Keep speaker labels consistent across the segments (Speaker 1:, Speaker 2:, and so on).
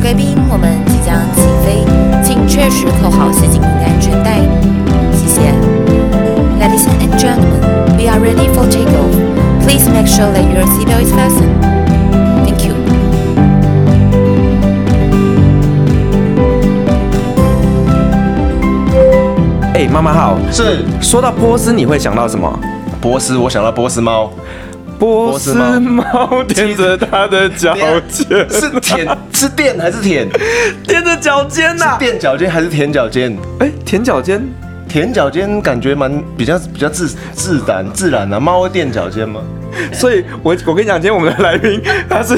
Speaker 1: 贵宾，我们即将起飞，请确实扣好系紧您的安全带，谢谢。Ladies and gentlemen, we are ready for takeoff. Please make sure that your seatbelt is fastened. Thank you.
Speaker 2: 哎、妈妈好。
Speaker 3: 是
Speaker 2: 说到波斯，你会想到什么？
Speaker 3: 波斯，我想到波斯猫，
Speaker 2: 波斯
Speaker 3: 斯猫
Speaker 2: 猫踮着它的脚尖，
Speaker 3: 是 舔是垫还是舔？
Speaker 2: 踮着脚尖呐、
Speaker 3: 是垫脚尖还是舔脚尖？
Speaker 2: 哎、舔脚尖，
Speaker 3: 舔脚尖感觉蛮比较比较自自然自然啊，猫会垫脚尖吗？
Speaker 2: 所以我我跟你讲，今天我们的来宾她是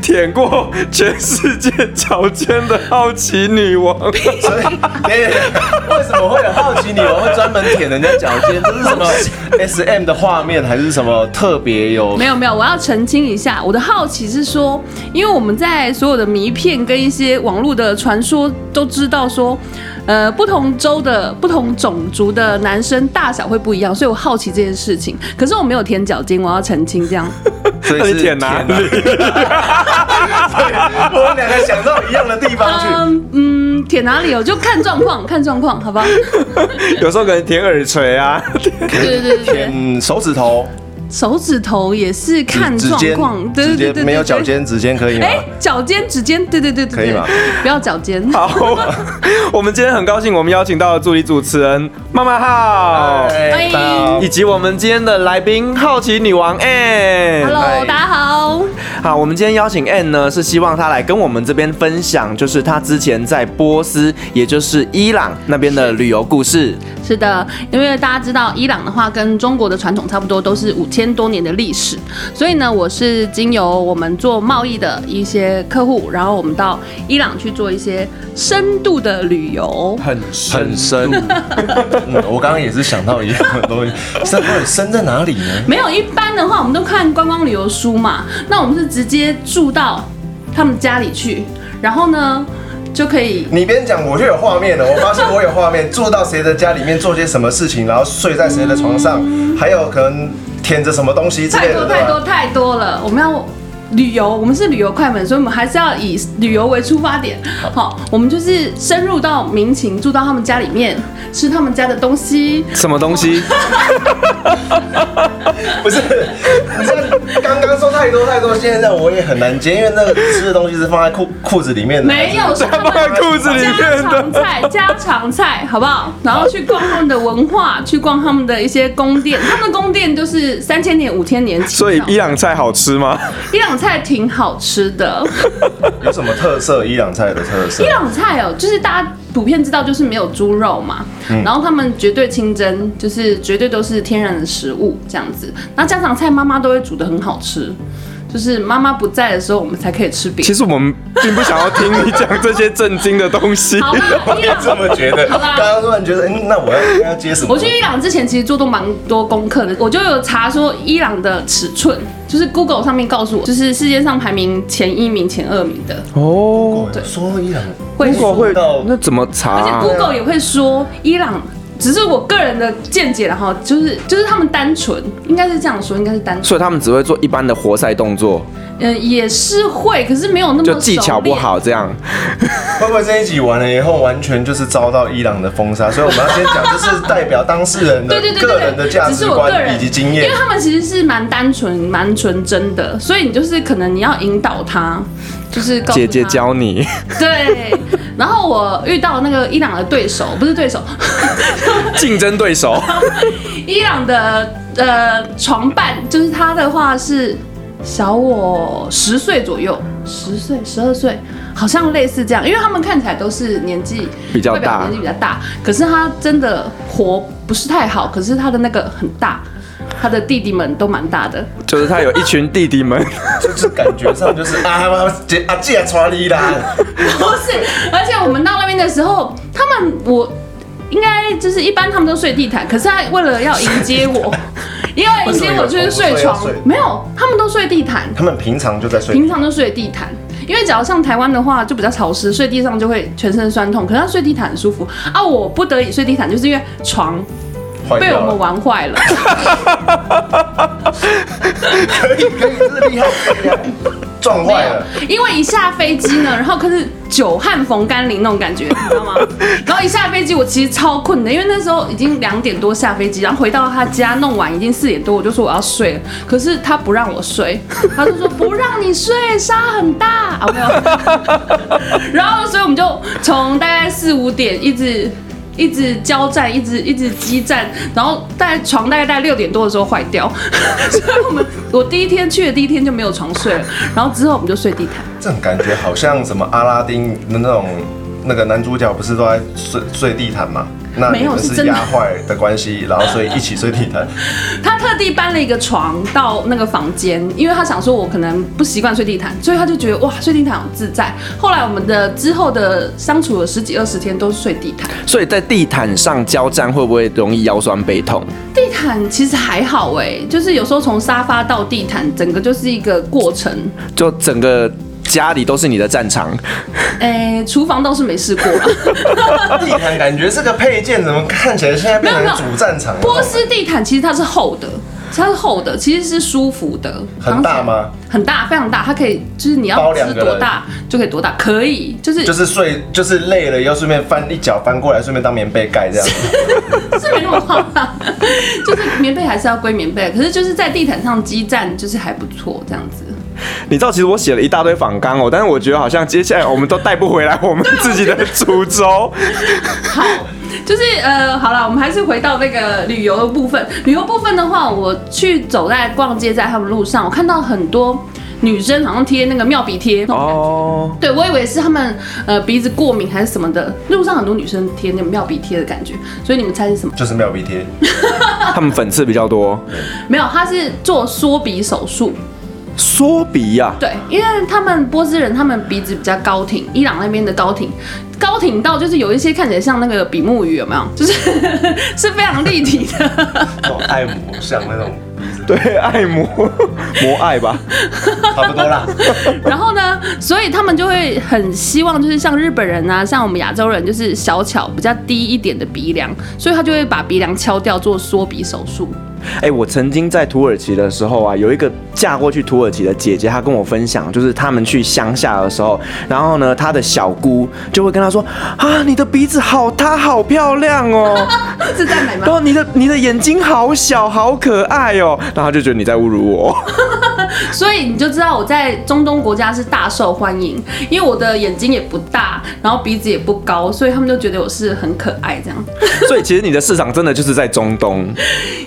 Speaker 2: 舔过全世界脚尖的好奇女 王。
Speaker 3: 所以，对哎为什么会有好奇你我会专门舔人家脚尖？这是 什么 S M 的画面，还是什么特别有？
Speaker 4: 没有没有，我要澄清一下，我的好奇是说，因为我们在所有的迷片跟一些网络的传说都知道说，呃，不同州的不同种族的男生大小会不一样，所以我好奇这件事情。可是我没有舔脚尖，我要澄清这样。
Speaker 3: 所
Speaker 2: 那你舔哪里？
Speaker 3: 啊 我们两个想到一样的地方 去。
Speaker 4: 嗯嗯，舔哪里哦？就看状况，看状况，好不好？
Speaker 2: 有时候可能舔耳垂啊，
Speaker 4: 对对对对对，
Speaker 3: 舔手指头，
Speaker 4: 手指头也是看
Speaker 3: 指
Speaker 4: 状
Speaker 3: 尖
Speaker 4: 况，，对对
Speaker 3: 指
Speaker 4: 对对
Speaker 3: 尖
Speaker 4: 对，
Speaker 3: 没有脚。尖，指尖可以吗？
Speaker 4: 哎，脚尖、指尖，对对对对，
Speaker 3: 可以
Speaker 4: 对
Speaker 3: 吗？
Speaker 4: 不要脚尖。
Speaker 2: 好，我们今天很高兴，我们邀请到了助理主持人妈妈好，
Speaker 3: 哎大家好
Speaker 2: 以及我们今天的来宾好奇女王哎 Anne。
Speaker 4: Hello，
Speaker 3: 嗨
Speaker 4: 大家好。
Speaker 2: 好，我们今天邀请 Anne 呢，是希望她来跟我们这边分享，就是她之前在波斯，也就是伊朗那边的旅游故事。
Speaker 4: 是的，因为大家知道伊朗的话跟中国的传统差不多，都是五千多年的历史，所以呢，我是经由我们做贸易的一些客户，然后我们到伊朗去做一些深度的旅游。
Speaker 2: 很
Speaker 3: 很深。嗯，我刚刚也是想到一样的东西， 深到底深在哪里呢？
Speaker 4: 没有一般的话，我们都看观光旅游书嘛，那我们是直接住到他们家里去，然后呢就可以
Speaker 3: 你边讲我就有画面了，我发现我有画面，住到谁的家里面做些什么事情，然后睡在谁的床上，还有可能舔着什么东西之
Speaker 4: 太
Speaker 3: 类
Speaker 4: 多
Speaker 3: 的，
Speaker 4: 太
Speaker 3: 对
Speaker 4: 多
Speaker 3: 吧？
Speaker 4: 太多了，我们要。旅游，我们是旅游快门，所以我们还是要以旅游为出发点。好，我们就是深入到民情，住到他们家里面，吃他们家的东西。
Speaker 2: 什么东西？
Speaker 3: 不是，你这刚刚说太多太多，现在让我也很难接，因为那个吃的东西是放在裤裤子里面的，
Speaker 4: 没有，是他们
Speaker 2: 放在裤子里
Speaker 4: 家
Speaker 2: 面
Speaker 4: 常
Speaker 2: 的。
Speaker 4: 菜，家常菜，好不好？然后去逛他们的文化，去逛他们的一些宫殿。他们的宫殿就是三千年、五千年起跳，
Speaker 2: 所以伊朗菜好吃 吗？
Speaker 4: 伊朗菜挺好吃的。
Speaker 3: 有什么特色？伊朗菜的特色
Speaker 4: 伊？朗菜哦，就是大家普遍知道，就是没有猪肉嘛，
Speaker 2: 嗯
Speaker 4: 然后他们绝对清真，就是绝对都是天然的食物这样子。那家常菜妈妈都会煮的很好吃，就是妈妈不在的时候我们才可以吃饼
Speaker 2: 其。实我们并不想要听你讲这些震惊的东西。
Speaker 4: 好 吧，伊
Speaker 3: 这
Speaker 4: 朗。
Speaker 3: 么觉得，
Speaker 4: 好吧
Speaker 3: 刚刚突然觉得，嗯，那我要应该要接什么？
Speaker 4: 我去伊朗之前，其实做都蛮多功课的，我就有查说伊朗的尺寸，就是 Google 上面告诉我，就是世界上排名前一名、前二名的
Speaker 2: 哦，
Speaker 3: 说伊朗
Speaker 4: 会
Speaker 2: 如果
Speaker 4: 说
Speaker 2: 会
Speaker 3: 到
Speaker 2: 那怎么查
Speaker 4: 而且
Speaker 2: 啊？
Speaker 4: Google 也会说伊朗，只是我个人的见解了哈，就是就是他们单纯，应该是这样说，应该是单纯，
Speaker 2: 所以他们只会做一般的活塞动作，
Speaker 4: 嗯、也是会，可是没有那么
Speaker 2: 就技巧不
Speaker 4: 熟
Speaker 2: 好这样。
Speaker 3: 会不会这一集完了以后，完全就是遭到伊朗的封杀？所以我们要先讲，这是代表当事人的
Speaker 4: 练。对对对
Speaker 3: 个
Speaker 4: 对
Speaker 3: 人的
Speaker 4: 对，
Speaker 3: 价
Speaker 4: 只是
Speaker 3: 值
Speaker 4: 我个
Speaker 3: 观
Speaker 4: 人
Speaker 3: 以及经
Speaker 4: 因
Speaker 3: 验
Speaker 4: 为。他们其实是蛮单纯、蛮纯真的，所以你就是可能你要引导他，就是告诉他
Speaker 2: 姐姐教 你，
Speaker 4: 对。然后我遇到那个伊朗的对手，不是对手，
Speaker 2: 竞争对 手。
Speaker 4: 伊朗的呃床伴，就是他的话是小我十岁左右，十岁、十二岁，好像类似这样，因为他们看起来都是年纪
Speaker 2: 比较大
Speaker 4: 外表年纪比较大，可是他真的活不是太好，可是他的那个很大，他的弟弟们都蛮大的，
Speaker 2: 就是他有一群弟弟们，
Speaker 3: 就是感觉上就是啊，妈姐啊，姐传你啦，
Speaker 4: 不是，而且我们到那边的时候，他们我应该就是一般他们都睡地毯，可是他为了要迎接我，因为迎接我就是睡
Speaker 3: 为什么有床
Speaker 4: 床
Speaker 3: 不睡要睡，
Speaker 4: 没有，他们都睡地毯，
Speaker 3: 他们平常就在睡。
Speaker 4: 平常都睡地毯。因为只要像台湾的话，就比较潮湿，睡地上就会全身酸痛。可是他睡地毯很舒服啊！我不得已睡地毯，就是因为床
Speaker 3: 坏
Speaker 4: 被我
Speaker 3: 掉
Speaker 4: 们
Speaker 3: 了，
Speaker 4: 玩坏了。
Speaker 3: 可以可以，这是厉害。厉害撞
Speaker 4: 没
Speaker 3: 坏了。
Speaker 4: 有，因为一下飞机呢，然后可是久旱逢甘霖那种感觉，你知道吗？然后一下飞机，我其实超困的，因为那时候已经两点多下飞机，然后回到他家弄完已经四点多，我就说我要睡了，可是他不让我睡，他就说不让你睡，沙很大啊没有，然后所以我们就从大概四五点一直。一直交战，一直一直激战，然后大概床大概在六点多的时候坏掉， 所以我们我第一天去的第一天就没有床睡了，然后之后我们就睡地毯。
Speaker 3: 这种感觉好像什么阿拉丁的那种那个男主角不是都在睡睡地毯吗？那
Speaker 4: 没
Speaker 3: 你
Speaker 4: 有
Speaker 3: 们
Speaker 4: 是
Speaker 3: 是
Speaker 4: 真的
Speaker 3: 压坏的关系，然后所以一起睡地毯。
Speaker 4: 他特地搬了一个床到那个房间，因为他想说我可能不习惯睡地毯，所以他就觉得哇睡地毯好自在。后来我们的之后的相处了十几二十天都是睡地毯，
Speaker 2: 所以在地毯上交战会不会容易腰酸背痛？
Speaker 4: 地毯其实还好哎、就是有时候从沙发到地毯，整个就是一个过程。
Speaker 2: 就整个家里都是你的战场，
Speaker 4: 哎、厨房倒是没 试过啦。
Speaker 3: 地毯感觉这个配件怎么看起来现在变
Speaker 4: 没有
Speaker 3: 成
Speaker 4: 没有
Speaker 3: 主战场了？
Speaker 4: 波斯地毯其实它是厚的，它是厚的，其实是舒服的。
Speaker 3: 很大吗？
Speaker 4: 很大，非常大，它可以就是你
Speaker 3: 包
Speaker 4: 要
Speaker 3: 两
Speaker 4: 织
Speaker 3: 个人
Speaker 4: 多大就可以多大，可以就是
Speaker 3: 就是睡，就是累了要顺便翻一脚翻过来，顺便当棉被盖这样。
Speaker 4: 是没那么夸张， 就是棉被还是要归棉被，可是就是在地毯上激战就是还不错这样子。
Speaker 2: 你知道，其实我写了一大堆仿纲哦，但是我觉得好像接下来我们都带不回来我们自己的主轴。
Speaker 4: 好，就是呃，好了，我们还是回到那个旅游的部分。旅游部分的话，我去走在逛街，在他们路上，我看到很多女生好像贴那个妙笔贴哦。
Speaker 2: 哦，
Speaker 4: 对，我以为是他们呃鼻子过敏还是什么的，路上很多女生贴那种妙笔贴的感觉，所以你们猜是什么？
Speaker 3: 就是妙鼻贴，
Speaker 2: 他们粉刺比较 多，
Speaker 4: 没有，他是做缩鼻手术。
Speaker 2: 缩鼻呀、
Speaker 4: 对，因为他们波斯人，他们鼻子比较高挺，伊朗那边的高挺，高挺到就是有一些看起来像那个比目鱼，有没有？就是 是非常立体的。
Speaker 3: 那种爱母像那种，
Speaker 2: 对，爱 摩摩爱吧，
Speaker 3: 差不多啦。
Speaker 4: 然后呢，所以他们就会很希望，就是像日本人啊，像我们亚洲人，就是小巧比较低一点的鼻梁，所以他就会把鼻梁敲掉做缩鼻手术。
Speaker 2: 哎、我曾经在土耳其的时候啊，有一个嫁过去土耳其的姐姐，她跟我分享，就是他们去乡下的时候，然后呢，她的小姑就会跟她说：“啊，你的鼻子好塌，好漂亮哦，
Speaker 4: 是赞美吗
Speaker 2: 然？后你的你的眼睛好小，好可爱哦。”然后她就觉得你在侮辱我。
Speaker 4: 所以你就知道我在中东国家是大受欢迎，因为我的眼睛也不大，然后鼻子也不高，所以他们就觉得我是很可爱这样。
Speaker 2: 所以其实你的市场真的就是在中东，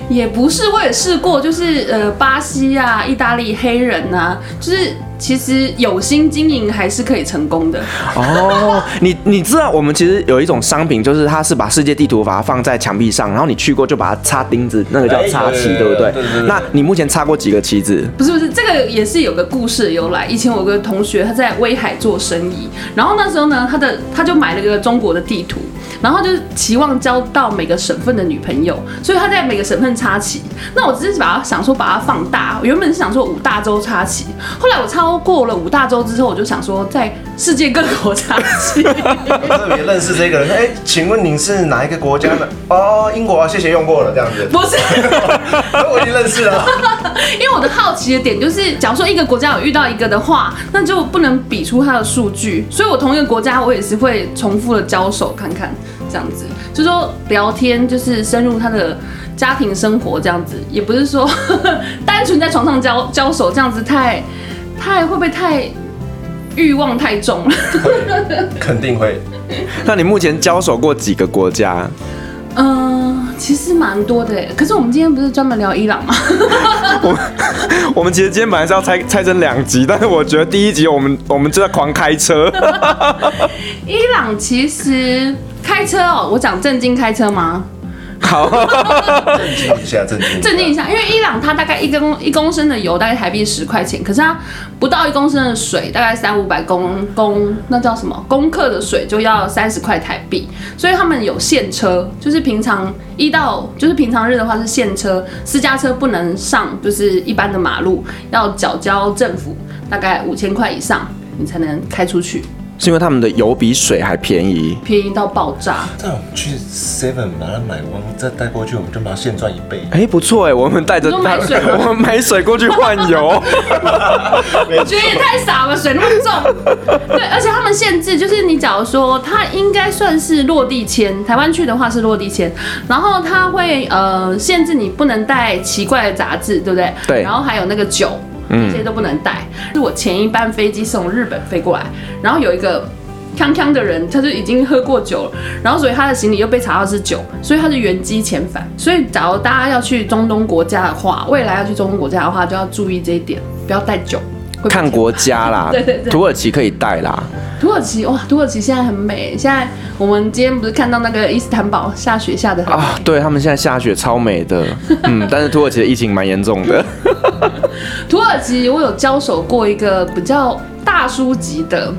Speaker 4: 也不是，我也试过，就是呃，巴西啊、意大利黑人啊，就是其实有心经营还是可以成功的。
Speaker 2: 哦，你你知道我们其实有一种商品，就是它是把世界地图把它放在墙壁上，然后你去过就把它插钉子，那个叫
Speaker 3: 哎
Speaker 2: 插
Speaker 3: 对
Speaker 2: 旗，
Speaker 3: 对
Speaker 2: 对不对
Speaker 3: 对对对对？
Speaker 2: 那你目前插过几个旗子？
Speaker 4: 不是不是，这个也是有个故事的由来。以前我有个同学他在威海做生意，然后那时候呢，他的他就买了个中国的地图，然后就是期望交到每个省份的女朋友，所以他在每个省份插旗。那我只是把它想说把它放大，我原本是想说五大洲插旗，后来我超过了五大洲之后，我就想说在世界各国插旗。
Speaker 3: 我 特别认识这个人，哎、请问您是哪一个国家的？哦，英国啊，谢谢，用过了这样子。
Speaker 4: 不是，
Speaker 3: 我已经认识了。
Speaker 4: 因为我的好奇的点就是，假如说一个国家有遇到一个的话，那就不能比出它的数据。所以我同一个国家，我也是会重复的交手看看，这样子，就说聊天，就是深入他的家庭生活这样子，也不是说 单纯在床上交交手这样子太太会不会太欲望太重 了？
Speaker 3: 肯定会。
Speaker 2: 那你目前交手过几个国家？
Speaker 4: 嗯、其实蛮多的耶，欸可是我们今天不是专门聊伊朗吗？
Speaker 2: 我 我们其实今天本来是要拆拆成两集，但是我觉得第一集我们我们就在狂开 车，
Speaker 4: 伊朗其实开车哦，我讲正经开车吗？
Speaker 2: 好，
Speaker 3: 震惊一下，震惊。
Speaker 4: 镇定一。下，因为伊朗它大概一公一公升的油大概台币十块钱，可是它不到一公升的水，大概三五百公公那叫什么公克的水就要三十块台币，所以他们有现车，就是平常一到就是平常日的话是现车，私家车不能上，就是一般的马路要缴交政府大概五千块以上，你才能开出去。
Speaker 2: 是因为他们的油比水还便宜。
Speaker 4: 便宜到爆炸。
Speaker 3: 这样我们去 Seven 把它买光，再带过去，我们就马上现赚一倍。
Speaker 2: 哎，不错哎，我们带着
Speaker 4: 你说买水
Speaker 2: 我们买水过去换 油。
Speaker 4: 我觉得也太傻了，水那么重。对，而且他们限制就是，你假如说它应该算是落地签，台湾去的话是落地签，然后它会呃限制你不能带奇怪的杂志，对不对？
Speaker 2: 对
Speaker 4: 然后还有那个酒，这些都不能带。是我前一班飞机是从日本飞过来，然后有一个。康康的人，他就已经喝过酒了，然后所以他的行李又被查到是酒，所以他是原机遣返。所以，假如大家要去中东国家的话，未来要去中东国家的话，就要注意这一点，不要带酒。会被
Speaker 2: 看
Speaker 4: 遣返
Speaker 2: 国家啦，
Speaker 4: 对对对
Speaker 2: 土耳其可以带啦。
Speaker 4: 土耳其哇，土耳其现在很美。现在我们今天不是看到那个伊斯坦堡下雪下的很美
Speaker 2: 啊，对他们现在下雪超美的， 嗯，但是土耳其的疫情蛮严重的。
Speaker 4: 土耳其我有交手过一个比较大叔级的，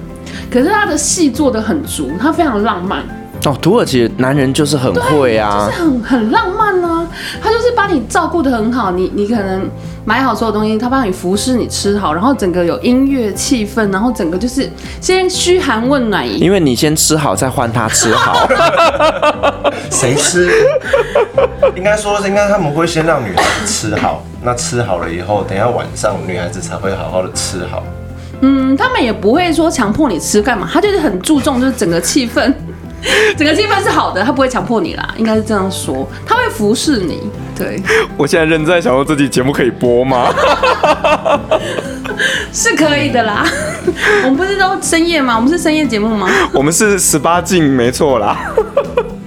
Speaker 4: 可是他的戏做的很足，他非常浪漫，
Speaker 2: 哦，土耳其的男人就是很会啊
Speaker 4: 就是，很很浪漫啊。他就是把你照顾的很好，你你可能买好所有东西，他帮你服侍你吃好，然后整个有音乐气氛，然后整个就是先嘘寒问暖一
Speaker 2: 因为你先吃好再换他吃 好。
Speaker 3: 谁吃？ 应该说，应该他们会先让女孩子吃好，那吃好了以后，等一下晚上女孩子才会好好的吃好。
Speaker 4: 嗯，他们也不会说强迫你吃干嘛，他就是很注重就是整个气氛， 整个气氛是好的，他不会强迫你啦，应该是这样说，他会服侍你，对，
Speaker 2: 我现在认真在想说，这期节目可以播吗？
Speaker 4: 是可以的啦。 我们不是都深夜吗？我们是深夜节目吗？
Speaker 2: 我们是十八禁，没错 啦。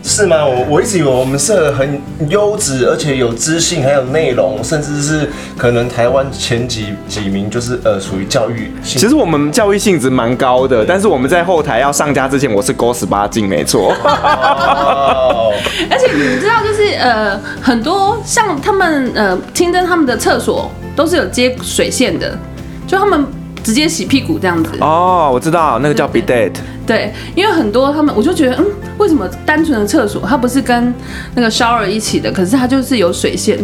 Speaker 3: 是吗？我我一直以为我们社很优质，而且有知性，还有内容，甚至是可能台湾前几几名，就是呃属于教育性。
Speaker 2: 其实我们教育性质蛮高的，但是我们在后台要上架之前，我是勾十八禁，没错。
Speaker 3: 哦，
Speaker 4: 而且你知道，就是呃，很多像他们呃，清真他们的厕所都是有接水线的，就他们直接洗屁股这样子。
Speaker 2: 哦，我知道，那个叫 bidet。
Speaker 4: 对，因为很多他们，我就觉得，嗯，为什么单纯的厕所它不是跟那个 shower 一起的，可是它就是有水线，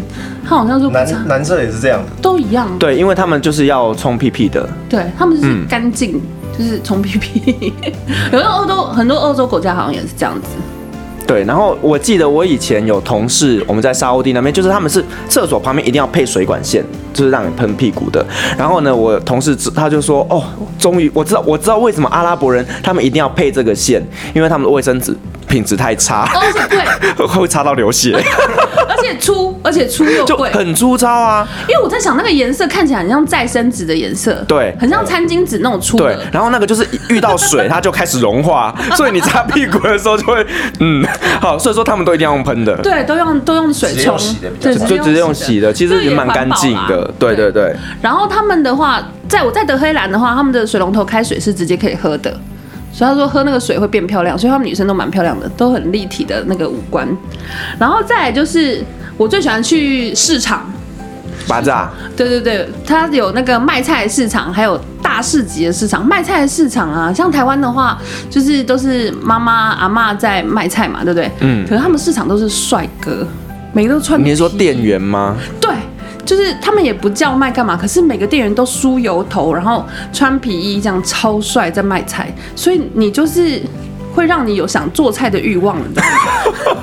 Speaker 4: 它好像说不是
Speaker 2: 嗯
Speaker 3: 男男厕也是这样的。
Speaker 4: 都一样，
Speaker 2: 对，因为他们就是要冲屁屁的。
Speaker 4: 对，他们就是干净，就是冲屁屁。 有的欧洲很多欧洲国家好像也是这样子，
Speaker 2: 对，然后我记得我以前有同事，我们在沙烏地那边，就是他们是厕所旁边一定要配水管线，就是让你喷屁股的。然后呢，我同事知他就说，哦，终于我知道我知道为什么阿拉伯人他们一定要配这个线，因为他们的卫生纸品质太差，
Speaker 4: 而且贵，
Speaker 2: 会擦到流血，
Speaker 4: 而且粗，而且粗又
Speaker 2: 就
Speaker 4: 贵。
Speaker 2: 很粗糙啊。
Speaker 4: 因为我在想，那个颜色看起来很像再生纸的颜色，
Speaker 2: 对
Speaker 4: 很像餐巾纸那种粗
Speaker 2: 对
Speaker 4: 的，。
Speaker 2: 然后那个就是一遇到水，它就开始融 化，所以你擦屁股的时候就会，嗯，好，所以说他们都一定要用喷的。
Speaker 4: 对，都用都用水
Speaker 3: 直接
Speaker 4: 冲
Speaker 3: 用洗的比，较
Speaker 4: 对
Speaker 3: 简单
Speaker 2: 就直接用洗的，其实
Speaker 4: 这
Speaker 2: 也蛮
Speaker 4: 环
Speaker 2: 干
Speaker 4: 保啊
Speaker 2: 净
Speaker 4: 啦
Speaker 2: 的。对对对，
Speaker 4: 然后他们的话，在我在德黑兰的话，他们的水龙头开水是直接可以喝的，所以他说喝那个水会变漂亮，所以他们女生都蛮漂亮的，都很立体的那个五官。然后再来就是我最喜欢去市场，
Speaker 2: 巴炸。
Speaker 4: 对对对，它有那个卖菜市场，还有大市集的市场。卖菜市场啊，像台湾的话，就是都是妈妈阿嬷在卖菜嘛，对不对？嗯。可是他们市场都是帅哥，每个都穿。
Speaker 2: 你是说店员 吗？
Speaker 4: 对，就是他们也不叫卖干嘛，可是每个店员都梳油头，然后穿皮衣，这样超帅在卖菜，所以你就是会让你有想做菜的欲望了。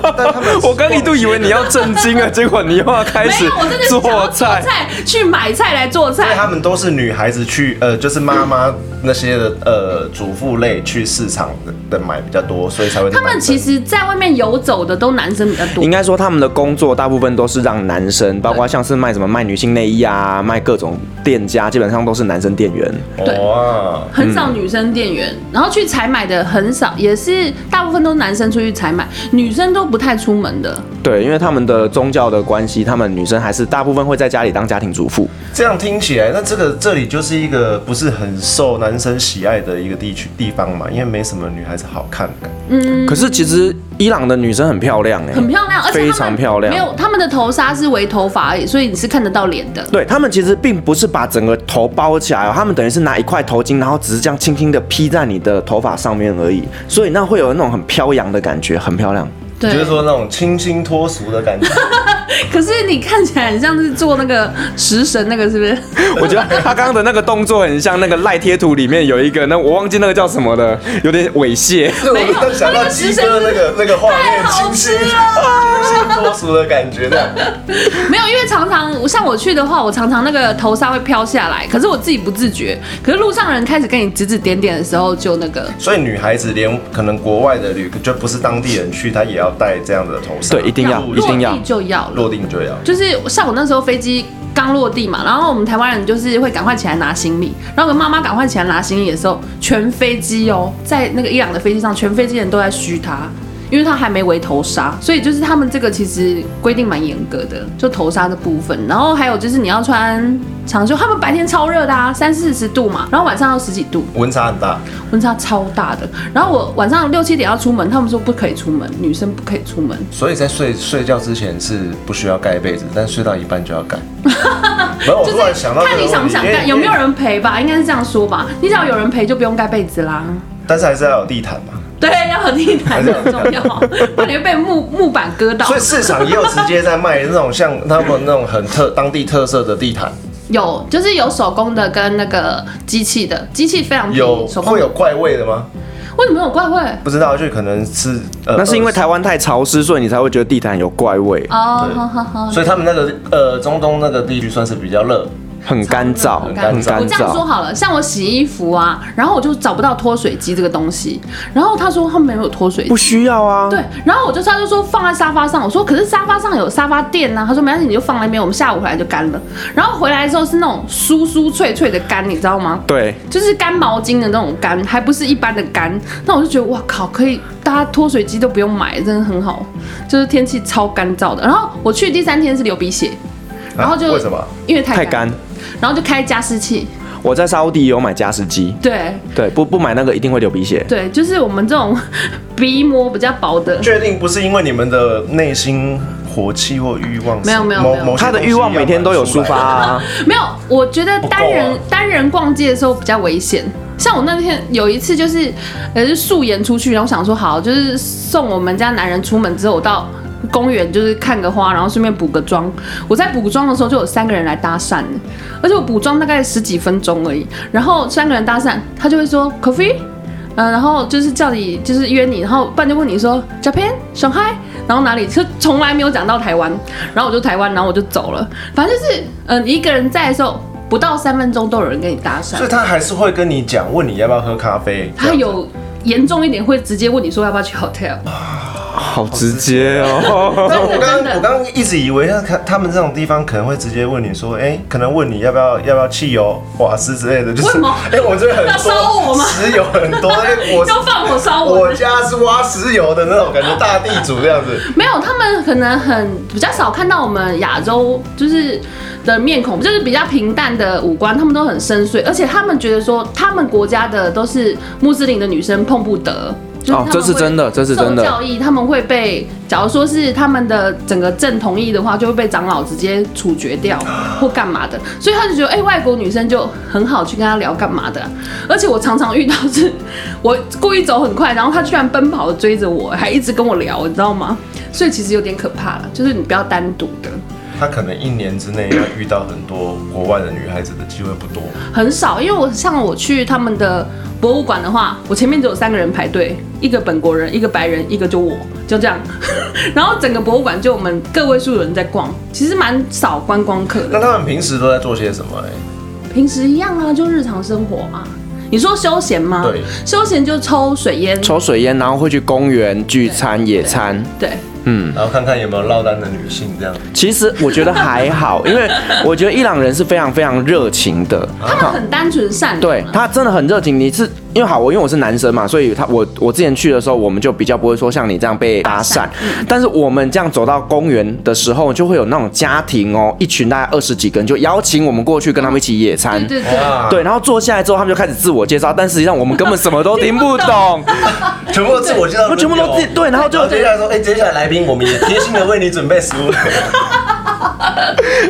Speaker 3: 但他们
Speaker 2: 我刚一度以为你要震惊了，结果你又要开
Speaker 4: 没
Speaker 2: 始
Speaker 4: 有，我真的是想
Speaker 2: 做
Speaker 4: 要做
Speaker 2: 菜。
Speaker 4: 菜，去买菜来做
Speaker 3: 因为他
Speaker 4: 菜。
Speaker 3: 们都是女孩子去，呃，就是妈妈那些的，呃，主妇类去市场的的买比较多，所以才会。
Speaker 4: 他们其实在外面游走的都男生比较多
Speaker 2: 应，该说他们的工作大部分都是让男生，包括像是卖什么卖女性内衣啊，卖各种店家，基本上都是男生店员。
Speaker 4: 对
Speaker 3: 哇，
Speaker 4: 很少女生店员，然后去采买的很少，也是大部分都是男生出去采买，女生都不太出门的。
Speaker 2: 对，因为他们的宗教的关系，他们女生还是大部分会在家里当家庭主妇。
Speaker 3: 这样听起来，那这个这里就是一个不是很受男生喜爱的一个地区地方嘛，因为没什么女孩子好看的。
Speaker 2: 可是其实伊朗的女生很漂亮哎、
Speaker 4: 很漂亮，而且他们
Speaker 2: 非常漂亮
Speaker 4: 没有，他们的头纱是围头发而已，所以你是看得到脸的。
Speaker 2: 对他们其实并不是把整个头包起来、哦，他们等于是拿一块头巾，然后只是这样轻轻的披在你的头发上面而已，所以那 会有那种很飘扬的感觉，很漂亮。
Speaker 4: 对，
Speaker 3: 就是说那种清新脱俗的感觉，
Speaker 4: 可是你看起来很像是做那个食神那个，是不是？
Speaker 2: 我觉得他刚刚的那个动作很像那个赖贴图里面有一个，那我忘记那个叫什么的，有点猥 亵。
Speaker 3: 是我刚想到鸡哥那个那个画面，清新 清新脱俗的感觉，这样
Speaker 4: 没有，因为常常像我去的话，我常常那个头纱会飘下来，可是我自己不自觉。可是路上人开始跟你指指点点的时候，就那个
Speaker 3: 所以女孩子连可能国外的旅，就不是当地人去，她也要戴这样的头纱，
Speaker 2: 对，一定要，一
Speaker 4: 落
Speaker 2: 定要
Speaker 4: 地。就要了。
Speaker 3: 落定就要。
Speaker 4: 就是像我那时候飞机刚落地嘛，然后我们台湾人就是会赶快起来拿行李，然后我跟妈妈赶快起来拿行李的时候，全飞机哦，在那个伊朗的飞机上，全飞机人都在嘘他，因为他还没围头纱，所以就是他们这个其实规定蛮严格的，就头纱的部分。然后还有就是你要穿长袖，他们白天超热的啊，三四十度嘛，然后晚上要十几度，
Speaker 3: 温差很大，
Speaker 4: 温差超大的。然后我晚上六七点要出门，他们说不可以出门，女生不可以出门。
Speaker 3: 所以在睡睡觉之前是不需要盖被子，但睡到一半就要 盖。然后我
Speaker 4: 就
Speaker 3: 突
Speaker 4: 是
Speaker 3: 然想到这
Speaker 4: 看
Speaker 3: 个
Speaker 4: 你想不想
Speaker 3: 问题
Speaker 4: 干，有没有？人陪吧，应该是这样说吧。你只要有人陪，就不用盖被子啦。
Speaker 3: 因为但是还是要有地毯嘛，
Speaker 4: 对，要有地毯这 很重要，不然你会被木木板割到
Speaker 3: 所。以市场也有直接在卖那种像他们那种很特当地特色的地毯，
Speaker 4: 有，就是有手工的跟那个机器的，机器非常便
Speaker 3: 有
Speaker 4: 宜。手工
Speaker 3: 会有怪味的吗？
Speaker 4: 为什么有怪味？
Speaker 3: 不知道，就可能是呃，
Speaker 2: 那是因为
Speaker 3: 20
Speaker 2: 台湾太潮湿，所以你才会觉得地毯有怪味，
Speaker 4: 哦，
Speaker 3: 对
Speaker 4: 好好好。
Speaker 3: 所以他们那个呃中东那个地区算是比较热，
Speaker 2: 很干燥，
Speaker 4: 很
Speaker 3: 干燥
Speaker 2: 很干
Speaker 4: 我这样说
Speaker 2: 燥。
Speaker 4: 好了，像我洗衣服啊，然后我就找不到脱水机这个东西，然后他说他们没有脱水机
Speaker 2: 不。需要啊。
Speaker 4: 对，然后我就他就说放在沙发上，我说可是沙发上有沙发垫啊呐、他说没关系，你就放那边，我们下午回来就干了。然后回来的时候是那种酥酥脆脆的干，你知道吗？
Speaker 2: 对，
Speaker 4: 就是干毛巾的那种干，还不是一般的干。那我就觉得哇靠，可以，大家脱水机都不用买，真的很好。就是天气超干燥的。然后我去第三天是流鼻血，然后就、
Speaker 3: 啊为什么？
Speaker 4: 因为太
Speaker 2: 太干。
Speaker 4: 然后就开加湿器。
Speaker 2: 我在沙烏地也有买加湿机，
Speaker 4: 对
Speaker 2: 对，不不买那个一定会流鼻血。
Speaker 4: 对，就是我们这种 鼻膜比较薄的，
Speaker 3: 确定不是因为你们的内心火气或欲望是
Speaker 4: 没有没有
Speaker 3: 某
Speaker 4: 没有
Speaker 3: 某些
Speaker 2: 他的
Speaker 3: 东西
Speaker 2: 欲望每天都有抒发、
Speaker 3: 要满
Speaker 2: 啊，
Speaker 4: 没有，我觉得单人、
Speaker 3: 不够啊
Speaker 4: 单人逛街的时候比较危险。像我那天有一次就是，呃，是素颜出去，然后想说好，就是送我们家男人出门之后，我到公园就是看个花，然后顺便补个妆。我在补妆的时候就有三个人来搭讪，而且我补妆大概十几分钟而已，然后三个人搭讪，他就会说 coffee。嗯，然后就是叫你，就是约你，然后不然就问你说 Japan、上海，然后哪里，就从来没有讲到台湾，然后我就台湾，然后我就走了。反正就是，嗯，你一个人在的时候，不到三分钟都有人跟你搭
Speaker 3: 出来所
Speaker 4: 讪
Speaker 3: 以，他还是会跟你讲，问你要不要喝咖啡。
Speaker 4: 他有严重一点会直接问你说要不要去 hotel，
Speaker 2: 好直接哦。
Speaker 3: 但 我
Speaker 4: 真的
Speaker 3: 刚
Speaker 4: 真的
Speaker 3: 我刚一直以为他他他们这种地方可能会直接问你说，哎、可能问你要不要要不要汽油、瓦斯之类的，就
Speaker 4: 为
Speaker 3: 是
Speaker 4: 什么
Speaker 3: 哎、我这边很
Speaker 4: 要
Speaker 3: 多
Speaker 4: 烧我吗
Speaker 3: 石油很多，哎、我
Speaker 4: 要放火烧啊我
Speaker 3: 我家是挖石油的那种感觉，大地主这样子。
Speaker 4: 没有，他们可能很比较少看到我们亚洲就是的面孔，就是比较平淡的五官，他们都很深邃，而且他们觉得说他们国家的都是穆斯林的女生碰不得。就
Speaker 2: 哦这是真的这是真的
Speaker 4: 受教义他们会被，假如说是他们的整个正同意的话，就会被长老直接处决掉或干嘛的，所以他就觉得，哎、外国女生就很好去跟他聊干嘛的。啊而且我常常遇到是，我故意走很快，然后他居然奔跑的追着我，还一直跟我聊，你知道吗？所以其实有点可怕了，就是你不要单独的，
Speaker 3: 他可能一年之内要遇到很多国外的女孩子的机会不多，
Speaker 4: 很少。因为我像我去他们的博物馆的话，我前面只有三个人排队，一个本国人，一个白人，一个就我，就这样。 然后整个博物馆就我们个位数的人在逛，其实蛮少观光客
Speaker 3: 那
Speaker 4: 的。
Speaker 3: 他们平时都在做些什么、哎，
Speaker 4: 平时一样啊，就日常生活啊。你说休闲吗？
Speaker 3: 对，
Speaker 4: 休闲就抽水烟，
Speaker 2: 抽水烟，然后会去公园聚餐、野餐。
Speaker 4: 对，
Speaker 3: 然后看看有没有落单的女性这样。
Speaker 2: 其实我觉得还好，因为我觉得伊朗人是非常非常热情的。
Speaker 4: 他们很单纯善良啊。
Speaker 2: 对他真的很热情，你是因为好，我因为我是男生嘛，所以他我我之前去的时候，我们就比较不会说像你这样被搭讪，但是我们这样走到公园的时候，就会有那种家庭哦，一群大概二十几个人就邀请我们过去跟他们一起野餐，
Speaker 4: 对对对。
Speaker 3: 哇，
Speaker 2: 对，然后坐下来之后，他们就开始自我介绍，但实际上我们根本什么都听不懂，
Speaker 3: 全部都自我介绍，
Speaker 2: 我全部都自对，然后就
Speaker 3: 然后接下来说，哎、接下来来宾，我们也贴心的为你准备食物。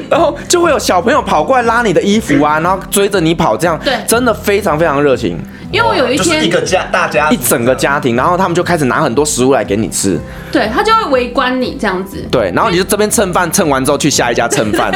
Speaker 2: 然后就会有小朋友跑过来拉你的衣服啊，然后追着你跑，这样
Speaker 4: 对
Speaker 2: 真的非常非常热情。
Speaker 4: 因为我有一
Speaker 3: 就是
Speaker 4: 天
Speaker 3: 一个家大家
Speaker 2: 一整个家庭，然后他们就开始拿很多食物来给你吃，
Speaker 4: 对他就会围观你这样子。
Speaker 2: 对，然后你就这边蹭饭，蹭完之后去下一家蹭 饭，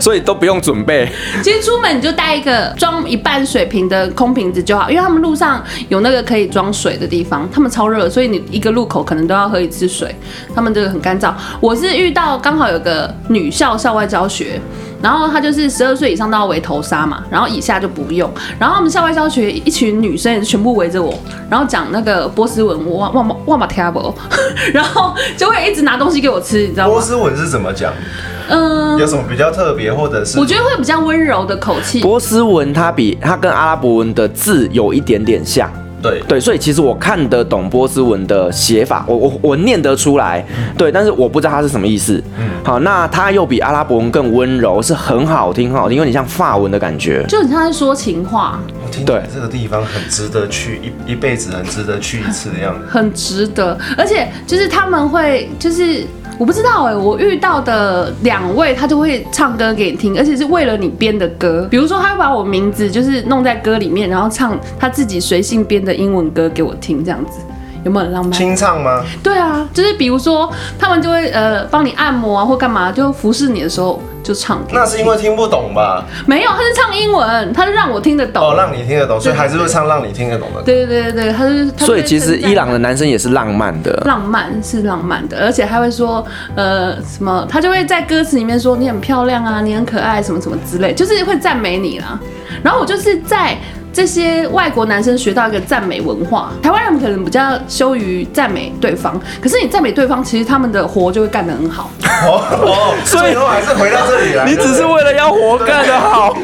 Speaker 2: 所以都不用准 备。
Speaker 4: 其实出门你就带一个装一半水瓶的空瓶子就好，因为他们路上有那个可以装水的地方，他们超热，所以你一个路口可能都要喝一次水，他们这个很干燥。我是遇到刚好有个女校校外教学。然后她就是十二岁以上都要围头纱嘛，然后以下就不用。然后他们校外教学一群女生也是全部围着我，然后讲那个波斯文，我忘忘忘把 table，然 后就会一直拿东西给我吃，你知道
Speaker 3: 波
Speaker 4: 吗？
Speaker 3: 斯文是怎么讲？
Speaker 4: 嗯、
Speaker 3: 有什么比较特别，或者是
Speaker 4: 我觉得会比较温柔的口气。
Speaker 2: 波斯文它比它跟阿拉伯文的字有一点点像。
Speaker 3: 对
Speaker 2: 对，所以其实我看得懂波斯文的写法，我我我念得出来，
Speaker 3: 嗯
Speaker 2: 对，但是我不知道它是什么意思。好，那它又比阿拉伯文更温柔，是很好听，很好听，有点像法文的感觉。
Speaker 4: 就很像在说情话，
Speaker 3: 我听起
Speaker 2: 对
Speaker 3: 来这个地方很值得去一一辈子，很值得去一次的样子。
Speaker 4: 很值得。而且就是他们会，就是我不知道哎、我遇到的两位他就会唱歌给你听，而且是为了你编的歌。比如说，他会把我名字就是弄在歌里面，然后唱他自己随性编的英文歌给我听，这样子。有没有很浪漫？
Speaker 3: 清唱吗？
Speaker 4: 对啊，就是比如说，他们就会呃帮你按摩啊，或干嘛，就服侍你的时候就唱给你。
Speaker 3: 那是因为听不懂吧？
Speaker 4: 没有，他是唱英文，他就让我听得懂。
Speaker 3: 哦，让你听得懂，所以还是会唱让你听得懂 的歌。
Speaker 4: 对对对对，他就是。他就
Speaker 2: 所以
Speaker 4: 会
Speaker 2: 其实
Speaker 4: 称赞
Speaker 2: 伊朗的男生也是浪漫的，
Speaker 4: 浪漫是浪漫的，而且还会说，呃，什么，他就会在歌词里面说你很漂亮啊，你很可爱，什么什么之类，就是会赞美你啦。然后我就是在这些外国男生学到一个赞美文化，台湾人可能比较羞于赞美对方，可是你赞美对方，其实他们的活就会干得很好。
Speaker 3: 哦哦，所以说还是回到这里来。
Speaker 2: 你只是为了要活干得好。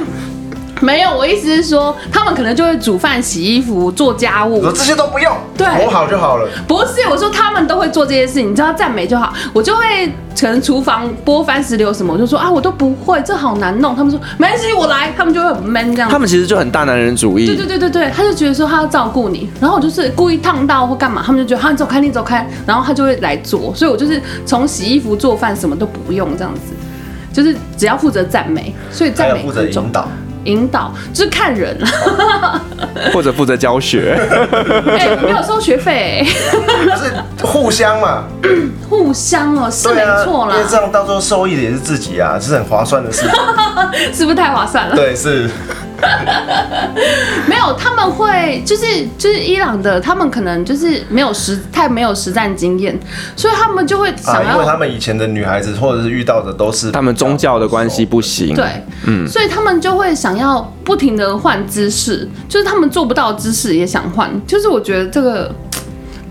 Speaker 4: 没有，我意思是说，他们可能就会煮饭、洗衣服、做家务
Speaker 3: 我，说这些都不用，
Speaker 4: 对
Speaker 3: 活好就好了。
Speaker 4: 不是，我说他们都会做这些事，你知道赞美就好。我就会可能厨房拨番石榴什么，我就说啊，我都不会，这好难弄。他们说没关系，我来，他们就会很 man 这样
Speaker 2: 他。们其实就很大男人主
Speaker 4: 对
Speaker 2: 义
Speaker 4: 对，对对对，他就觉得说他要照顾你，然后我就是故意烫到或干嘛，他们就觉得啊你走开你走开，然后他就会来做，所以我就是从洗衣服、做饭什么都不用这样子，就是只要负责赞美，所以
Speaker 3: 还
Speaker 4: 赞
Speaker 3: 有
Speaker 4: 美
Speaker 3: 哎负责
Speaker 4: 很重
Speaker 3: 引导，
Speaker 4: 引导就是看人啦，
Speaker 2: 或者负责教 学。
Speaker 4: 哎、没有收学费、哎
Speaker 3: 就是互相嘛。
Speaker 4: 互相哦、是
Speaker 3: 对
Speaker 4: 没
Speaker 3: 啊，
Speaker 4: 错啦
Speaker 3: 因为，这样到时候受益的也是自己啊，是很划算的事。
Speaker 4: 是不是太划算了？
Speaker 3: 对，是
Speaker 4: 没有，他们会就是就是伊朗的，他们可能就是没有实太没有实战经验，所以他们就会
Speaker 3: 啊，
Speaker 4: 想
Speaker 3: 因
Speaker 4: 要、
Speaker 3: 为他们以前的女孩子或者是遇到的都是
Speaker 2: 他们宗教的关系不行，
Speaker 4: 对，
Speaker 3: 嗯
Speaker 4: 所以他们就会想要不停的换姿势，就是他们做不到的姿势也想换，就是我觉得这个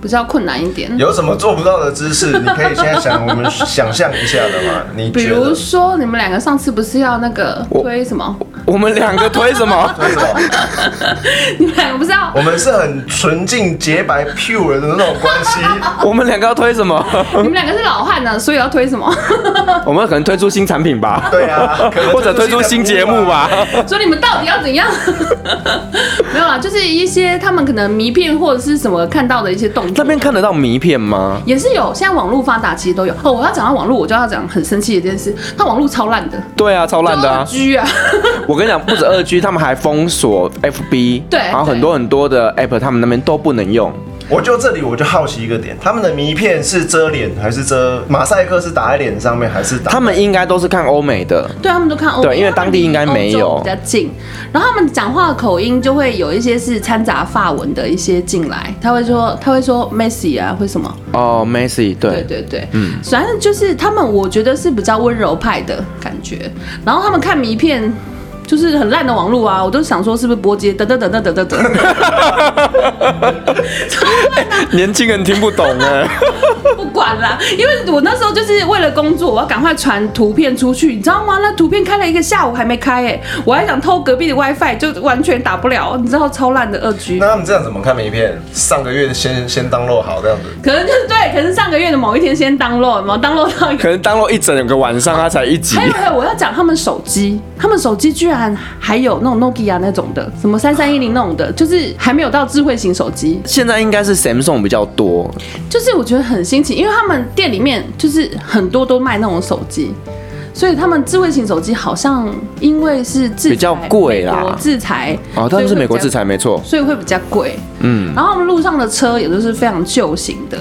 Speaker 4: 比较困难一点。
Speaker 3: 有什么做不到的姿势，你可以现在想我们想象一下的嘛？你
Speaker 4: 比
Speaker 3: 觉得
Speaker 4: 如？说，你们两个上次不是要那个
Speaker 2: 我
Speaker 4: 推什么？
Speaker 2: 我们两个推什 么？
Speaker 3: 为什么？
Speaker 4: 你们两个不是要
Speaker 3: 我们是很纯净、洁白、pure 的那种关系，
Speaker 2: 我们两个要推什 么？
Speaker 4: 你们两个是老汉呢、所以要推什么？
Speaker 2: 我们可能推出新产品吧，
Speaker 3: 对啊， 可能
Speaker 2: 或者推出新节目 吧。
Speaker 4: 说你们到底要怎样？ 没有啦，就是一些他们可能迷片或者是什么看到的一些动作。
Speaker 2: 那边看得到迷片吗？
Speaker 4: 也是有，现在网络发达，其实都有。哦，我要讲到网络，我就要讲很生气的一件事，它网络超烂的，
Speaker 2: 对啊，超烂的啊！
Speaker 4: G 啊，
Speaker 2: 我跟你讲，不止二 G，他们还封锁 FB，
Speaker 4: 对
Speaker 2: 然后很
Speaker 4: 对
Speaker 2: 多很多的呃 App，他们那边都不能用。
Speaker 3: 我就这里我就好奇一个点，他们的迷片是遮脸还是遮马赛克？是打在脸上面还是打？
Speaker 2: 他们应该都是看欧美的，
Speaker 4: 对他们都看欧，
Speaker 2: 对因为当地应该没有
Speaker 4: 欧洲比较近，然后他们讲话的口音就会有一些是掺杂法文的一些进来，他会说他会说 Messi 啊，会什么？
Speaker 2: 哦，Messi，对，
Speaker 4: 对对对，嗯，反正就是他们，我觉得是比较温柔派的感觉，然后他们看迷片。就是很烂的网络啊，我都想说是不是波接等等等等等等等，
Speaker 2: 年轻人听不懂 哎。
Speaker 4: 不管啦，因为我那时候就是为了工作，我要赶快传图片出去，你知道吗？那图片开了一个下午还没开哎、我还想偷隔壁的 WiFi，就完全打不了，你知道超烂的二 G
Speaker 3: 那。他们这样怎么看迷片？上个月先先当落好这样子。
Speaker 4: 可能就是对，可能上个月的某一天先 download，然后 download 到一个。
Speaker 2: 可能当落一整个晚上，他啊才一集
Speaker 4: 还。有还哎有，我要讲他们手机，他们手机居然还有那种 Nokia 那种的，什么三三一零那种的，就是还没有到智慧型手机，
Speaker 2: 现在应该是 Samsung 比较多，
Speaker 4: 就是我觉得很新奇，因为他们店里面就是很多都卖那种手机，所以他们智慧型手机好像因为是制裁
Speaker 2: 比较贵啦
Speaker 4: 美国制裁
Speaker 2: 哦，他
Speaker 4: 所以
Speaker 2: 们是
Speaker 4: 会
Speaker 2: 美国
Speaker 4: 比较
Speaker 2: 制裁，没错。
Speaker 4: 所以会比较贵。
Speaker 2: 嗯，
Speaker 4: 然后他们路上的车也都是非常旧型的，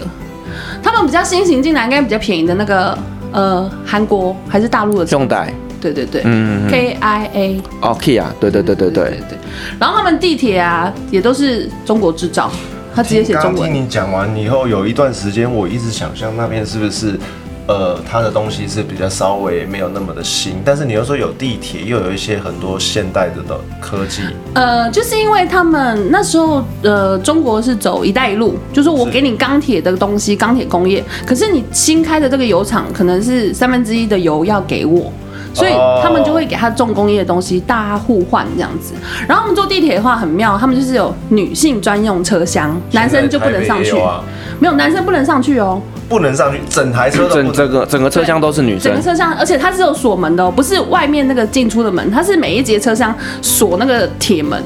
Speaker 4: 他们比较新型进来应该比较便宜的那个呃韩国还是大陆的车
Speaker 2: 用代
Speaker 4: 对对对，
Speaker 2: 嗯嗯嗯
Speaker 4: ，K I A，
Speaker 2: 哦，Kia，对对对对对，
Speaker 4: 对。然后他们地铁啊也都是中国制造，他直接写
Speaker 3: 刚
Speaker 4: 中
Speaker 3: 刚听
Speaker 4: 文。
Speaker 3: 你讲完以后，有一段时间我一直想象那边是不是，呃，它的东西是比较稍微没有那么的新，但是你又说有地铁，又有一些很多现代的的科技，
Speaker 4: 呃，就是因为他们那时候呃中国是走“一带一路”，就是我
Speaker 3: 是
Speaker 4: 给你钢铁的东西，钢铁工业，可是你新开的这个油厂可能是三分之一的油要给我。所以
Speaker 3: 哦
Speaker 4: 他们就会给他重工业的东西，大家互换这样子。然后我们坐地铁的话很妙，他们就是有女性专用车厢，男生就不能上
Speaker 3: 现
Speaker 4: 去
Speaker 3: 在台北也有，啊，
Speaker 4: 没有男生不能上去哦。
Speaker 3: 不能上去，整台车都不
Speaker 2: 整
Speaker 3: 能
Speaker 2: 整个整个车厢都是女
Speaker 4: 整个
Speaker 2: 生，
Speaker 4: 车厢，而且它是有锁门的、哦，不是外面那个进出的门，它是每一节车厢锁那个铁门。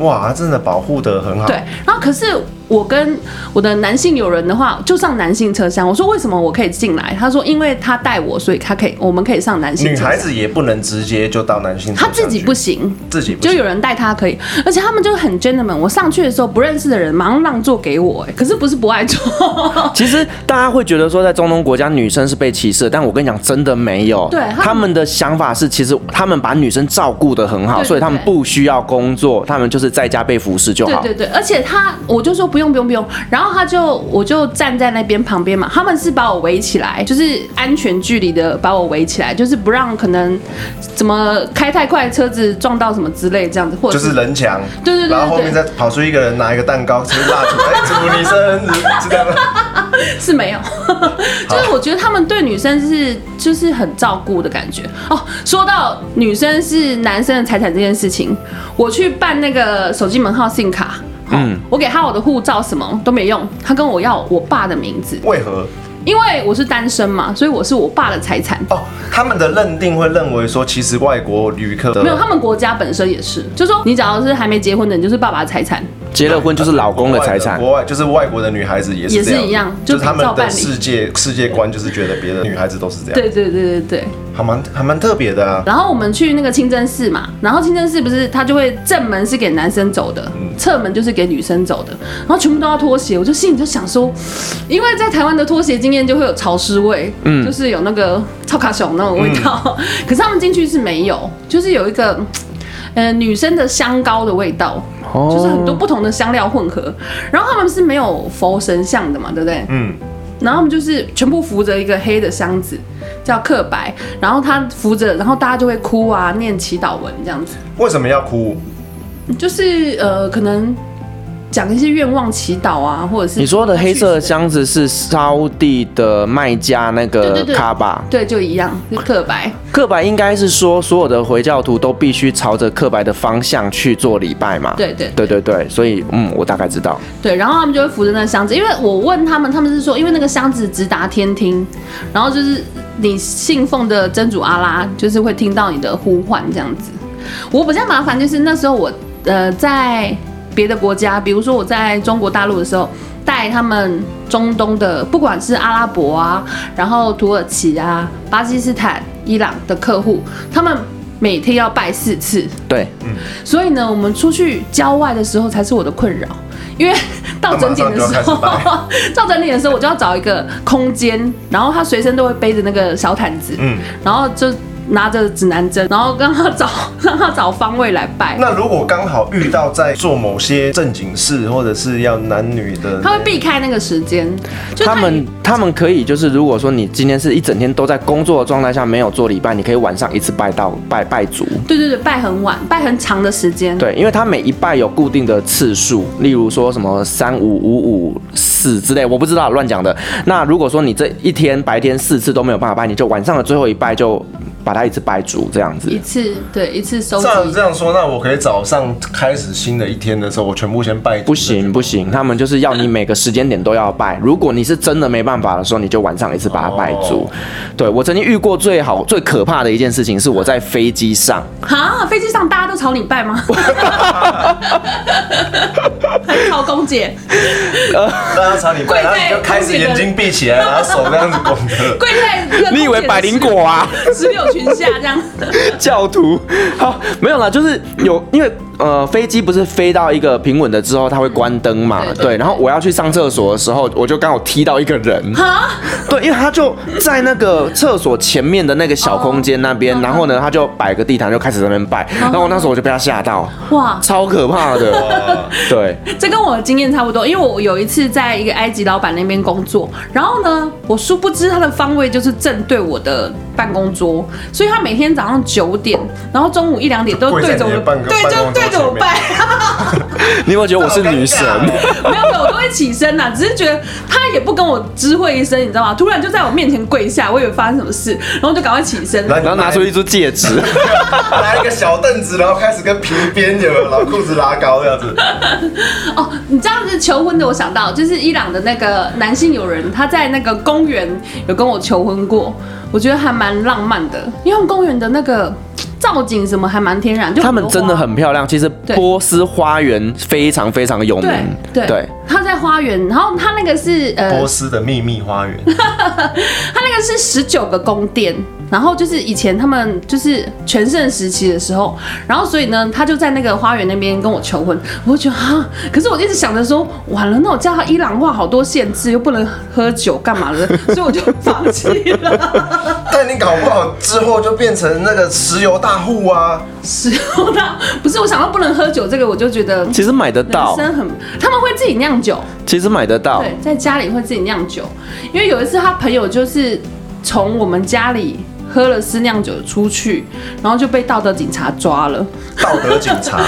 Speaker 3: 哇，它真的保护的很好。
Speaker 4: 对，，然后可是我跟我的男性友人的话，就上男性车厢。我说为什么我可以进来？他说因为他带我，所以他可以，我们可以上男性
Speaker 3: 女
Speaker 4: 车厢。
Speaker 3: 孩子也不能直接就到男性车
Speaker 4: 他
Speaker 3: 厢去，
Speaker 4: 自己不行，
Speaker 3: 自己不
Speaker 4: 就
Speaker 3: 行
Speaker 4: 有人带他可以，而且他们就是很 gentleman。我上去的时候，不认识的人马上让座给我、哎，可是不是不爱坐，
Speaker 2: 其实大家会觉得说，在中东国家女生是被歧视的，但我跟你讲，真的没有。
Speaker 4: 对他们
Speaker 2: 他们的想法是，其实他们把女生照顾得很好，
Speaker 4: 对对
Speaker 2: 所以他们
Speaker 4: 对
Speaker 2: 不需要工作，他们就是在家被服侍就好。
Speaker 4: 对对对，而且他我就说不用不用不用，然后他就我就站在那边旁边嘛，他们是把我围起来，就是安全距离的把我围起来，就是不让可能怎么开太快车子撞到什么之类这样子，或者
Speaker 3: 就是人墙，
Speaker 4: 对对对对
Speaker 3: 然后后面再跑出一个人拿一个蛋糕， 吃蜡烛，哎，祝你生日，是这样吗？
Speaker 4: 是没有，就是我觉得他们对女生是就是很照顾的感觉哦。说到女生是男生的财产这件事情，我去办那个手机门号信卡。嗯，我给他我的护照什么都没用，他跟我要我爸的名字，
Speaker 3: 为何？
Speaker 4: 因为我是单身嘛，所以我是我爸的财产。
Speaker 3: 哦，他们的认定会认为说，其实外国旅客的
Speaker 4: 没有，他们国家本身也是，就说你只要是还没结婚的，你就是爸爸的财产。
Speaker 2: 结了婚就是老公的财产。
Speaker 3: 国外就是外国的女孩子也
Speaker 4: 也
Speaker 3: 是
Speaker 4: 是
Speaker 3: 这样子，
Speaker 4: 一样就
Speaker 3: 就是他
Speaker 4: 照
Speaker 3: 们
Speaker 4: 办
Speaker 3: 的
Speaker 4: 理
Speaker 3: 世界世界观就是觉得别的女孩子都是这样，
Speaker 4: 对对对对对。
Speaker 3: 还蛮还蛮特别的啊。
Speaker 4: 然后我们去那个清真寺嘛，然后清真寺不是它就会正门是给男生走的，侧门就是给女生走的，然后全部都要脱鞋。我就心里就想说，因为在台湾的脱鞋经验就会有潮湿味，嗯，就是有那个臭卡熊那种味道， 可是他们进去是没有，就是有一个。呃，女生的香膏的味道，
Speaker 2: 哦
Speaker 4: 就是很多不同的香料混合，然后他们是没有佛神像的嘛，对不对？
Speaker 3: 嗯，
Speaker 4: 然后他们就是全部扶着一个黑的箱子，叫刻白，然后他扶着，然后大家就会哭啊，念祈祷文这样子，
Speaker 3: 为什么要哭？
Speaker 4: 就是呃，可能讲一些愿望祈祷啊，或者是
Speaker 2: 你说的黑色的
Speaker 4: 箱，
Speaker 2: 箱子是沙地的卖家那
Speaker 4: 对
Speaker 2: 个
Speaker 4: 对对
Speaker 2: 卡巴，
Speaker 4: 对，就一样，就刻白，
Speaker 2: 刻白应该是说所有的回教徒都必须朝着刻白的方向去做礼拜嘛？
Speaker 4: 对对
Speaker 2: 对对对，所以嗯，我大概知道。
Speaker 4: 对，然后他们就会扶着那个箱子，因为我问他们，他们是说，因为那个箱子直达天听，然后就是你信奉的真主阿拉，就是会听到你的呼唤这样子。我比较麻烦就是那时候我呃在别的国家，比如说我在中国大陆的时候，带他们中东的，不管是阿拉伯啊，然后土耳其啊、巴基斯坦、伊朗的客户，他们每天要拜四次。
Speaker 2: 对，
Speaker 4: 所以呢，我们出去郊外的时候才是我的困扰，因为到整点的时候
Speaker 3: 那马上就要，
Speaker 4: 到整点的时候我就要找一个空间，然后他随身都会背着那个小毯子，
Speaker 3: 嗯
Speaker 4: 然后就拿着指南针，然后让他找 让他找方位来拜，
Speaker 3: 那如果刚好遇到在做某些正经事，或者是要男女的，
Speaker 4: 他会避开那个时间，就
Speaker 2: 他
Speaker 4: 已
Speaker 2: 们他们可以就是，如果说你今天是一整天都在工作的状态下没有做礼拜，你可以晚上一次拜到拜拜足。
Speaker 4: 对对对拜很晚，拜很长的时间，
Speaker 2: 对，因为他每一拜有固定的次数，例如说什么三五五五四之类，我不知道乱讲的。那如果说你这一天白天四次都没有办法拜，你就晚上的最后一拜就把它一次拜足这样子
Speaker 4: 一。次对一次收集
Speaker 3: 这，样这样说，那我可以早上开始新的一天的时候，我全部先拜。
Speaker 2: 不，行不行，他们就是要你每个时间点都要拜。如果你是真的没办法的时候，你就晚上一次把它拜足。
Speaker 3: 哦
Speaker 2: 对我曾经遇过最好最可怕的一件事情，是我在飞机上，
Speaker 4: 哈，飞机上大家都朝你拜吗？很好，公姐，
Speaker 3: 让他朝你拜，
Speaker 4: 跪
Speaker 3: 然后
Speaker 4: 在
Speaker 3: 你就开始眼睛闭起来，然后手这样子拱着。
Speaker 4: 跪在那 个
Speaker 2: 你以为
Speaker 4: 公姐的
Speaker 2: 百灵果啊？
Speaker 4: 石榴裙下这样？
Speaker 2: 教徒，好，没有啦，就是有，因为呃，飞机不是飞到一个平稳的之后，它会关灯嘛，
Speaker 4: 对对
Speaker 2: 对，然后我要去上厕所的时候，我就刚好踢到一个人，
Speaker 4: 啊，
Speaker 2: 对，因为他就在那个厕所前面的那个小空间那边，然后呢，他就摆个地毯就开始在那边摆，然后我那时候我就被他吓到，
Speaker 4: 哇，
Speaker 2: 超可怕 的，
Speaker 3: 哇
Speaker 2: 对，
Speaker 4: 这跟我的经验差不多，因为我有一次在一个埃及老板那边工作，然后呢，我殊不知他的方位就是正对我的办公桌，所以他每天早上九点，然后中午一两点都
Speaker 3: 跪在
Speaker 4: 对着我
Speaker 3: 你的办公
Speaker 4: 对，
Speaker 3: 办
Speaker 4: 就
Speaker 3: 公桌
Speaker 4: 对着
Speaker 3: 前
Speaker 4: 我
Speaker 3: 面
Speaker 4: 拜，
Speaker 2: 你有没有觉得我是女神？
Speaker 3: 好尴尬哦
Speaker 4: 没有没有，我都会起身呐，只是觉得他也不跟我知会一声，你知道吗？突然就在我面前跪下，我以为发生什么事，然后就赶快起身。
Speaker 2: 然后拿出一株戒 指，
Speaker 3: 拿一个小凳子，然后开始跟平边有没有，然后裤子拉高这样子。
Speaker 4: 哦，你这样子求婚的，我想到就是伊朗的那个男性友人，他在那个公园有跟我求婚过，我觉得还蛮浪漫的，因为他们公园的那个造景什么还蛮天然，就
Speaker 2: 他们
Speaker 4: 多
Speaker 2: 真的
Speaker 4: 花
Speaker 2: 很漂亮。其实
Speaker 4: 对
Speaker 2: 波斯花园非常非常有名
Speaker 4: 对，对
Speaker 2: 对，
Speaker 4: 他在花园，然后他那个是呃，
Speaker 3: 波斯的秘密花园，
Speaker 4: 他那个是十九个宫殿，然后就是以前他们就是全盛时期的时候，然后所以呢，他就在那个花园那边跟我求婚，我就觉得啊，可是我一直想着说，完了，那我叫他伊朗话好多限制，又不能喝酒干嘛的，所以我就放弃了。
Speaker 3: 但你搞不好之后就变成那个石油大户啊！
Speaker 4: 石油大不是我想到不能喝酒这个，我就觉得
Speaker 2: 其实买得
Speaker 4: 人
Speaker 2: 到，
Speaker 4: 生很，他们会自己酿酒。
Speaker 2: 其实买得到，
Speaker 4: 对，在家里会自己酿酒，因为有一次他朋友就是从我们家里喝了私酿酒出去，然后就被道德警察抓了，
Speaker 3: 道德警察，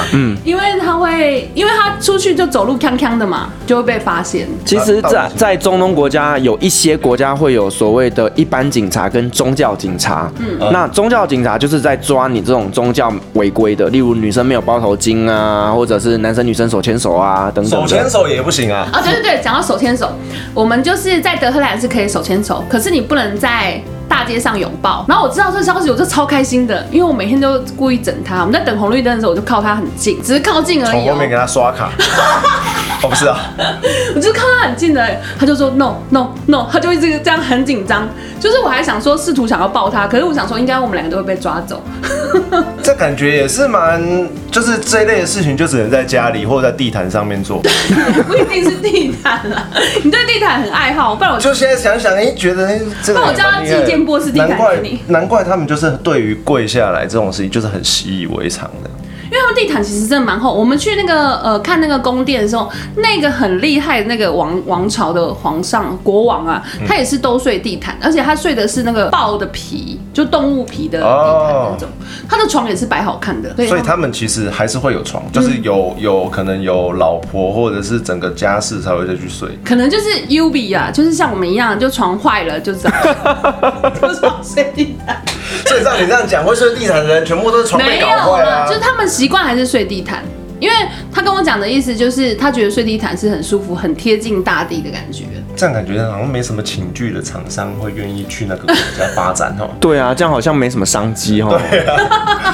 Speaker 4: 因为他会，因为他出去就走路康康的嘛，就会被发现。
Speaker 2: 其实在，
Speaker 3: 到
Speaker 2: 在
Speaker 3: 底是
Speaker 2: 中东国家有一些国家会有所谓的一般警察跟宗教警察。嗯，那宗教警察就是在抓你这种宗教违规的，例如女生没有包头巾啊，或者是男生女生手牵手啊等等
Speaker 3: 手
Speaker 2: 的。，
Speaker 3: 牵手也不行啊！
Speaker 4: 啊、对对对，讲到手牵手，我们就是在德黑兰是可以手牵手，可是你不能在大街上拥抱。然后我知道这消息，我就超开心的，因为我每天都故意整他。我们在等红绿灯的时候，我就靠他很近，只是靠近而
Speaker 3: 从
Speaker 4: 已、哦。
Speaker 3: 后面给他刷 卡。哦，不是啊，
Speaker 4: 我就靠他很近的，他就说 no no no，他就一直这样很紧张。就是我还想说试图想要抱他，可是我想说应该我们两个都会被抓走。
Speaker 3: 这感觉也是蛮，就是这一类的事情就只能在家里或者在地毯上面做。
Speaker 4: 不一定是地毯啦， 你对地毯很爱好，不然我就
Speaker 3: 就现在想想，哎、觉得哎这个
Speaker 4: 那
Speaker 3: 还
Speaker 4: 我
Speaker 3: 蛮
Speaker 4: 叫他
Speaker 3: 厉害的
Speaker 4: 寄件波斯地毯
Speaker 3: 难怪
Speaker 4: 给你
Speaker 3: 难怪他们就是对于跪下来这种事情就是很习以为常的。
Speaker 4: 因为他们地毯其实真的蛮厚。我们去那个呃看那个宫殿的时候，那个很厉害的那个王王朝的皇上国王啊，
Speaker 3: 嗯
Speaker 4: 他也是都睡地毯，而且他睡的是那个豹的皮，就动物皮的地毯那种。他的床也是摆好看的，
Speaker 3: 哦所以他们其实还是会有床，
Speaker 4: 嗯
Speaker 3: 就是有有可能有老婆或者是整个家室才会再去睡。
Speaker 4: 可能就是 U B 啊，就是像我们一样，就床坏了就找， 就床睡地毯。
Speaker 3: 所以照你这样讲，会睡地毯的人全部都是床被
Speaker 4: 没有
Speaker 3: 搞坏
Speaker 4: 啦，
Speaker 3: 啊
Speaker 4: 就。是他们习惯还是睡地毯，因为他跟我讲的意思就是他觉得睡地毯是很舒服、很贴近大地的感觉。
Speaker 3: 这样感觉好像没什么情趣的厂商会愿意去那个国家发展哦
Speaker 2: 对啊，这样好像没什么商机哦。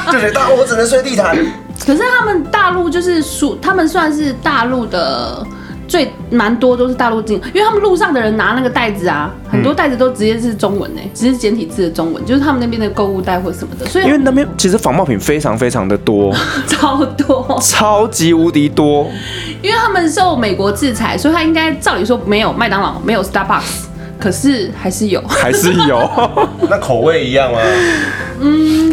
Speaker 3: 就觉得但我只能睡地毯。
Speaker 4: 可是他们大陆就是属，他们算是大陆的。最蛮多都是大陆进，因为他们路上的人拿那个袋子啊，很多袋子都直接是中文呢、欸只是简体字的中文，就是他们那边的购物袋或什么的，所以
Speaker 2: 因为那边其实仿冒品非常非常的多，
Speaker 4: 超多。
Speaker 2: 超级无敌多。
Speaker 4: 因为他们受美国制裁，所以他应该照理说没有麦当劳，没有 Starbucks，可是还是有。
Speaker 2: 还是 有，
Speaker 3: 那口味一样啊吗？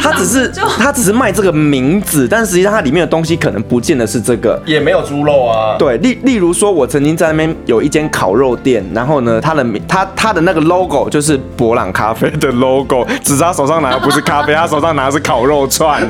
Speaker 2: 它只是
Speaker 4: 就
Speaker 2: 它只是卖这个名字，但实际上它里面的东西可能不见得是这个。
Speaker 3: 也没有猪肉啊。
Speaker 2: 对，例例如说，我曾经在那边有一间烤肉店，然后呢，它的名它它的那个 logo 就是博朗咖啡的 logo，只是他手上拿的不是咖啡，他手上拿的是烤肉串。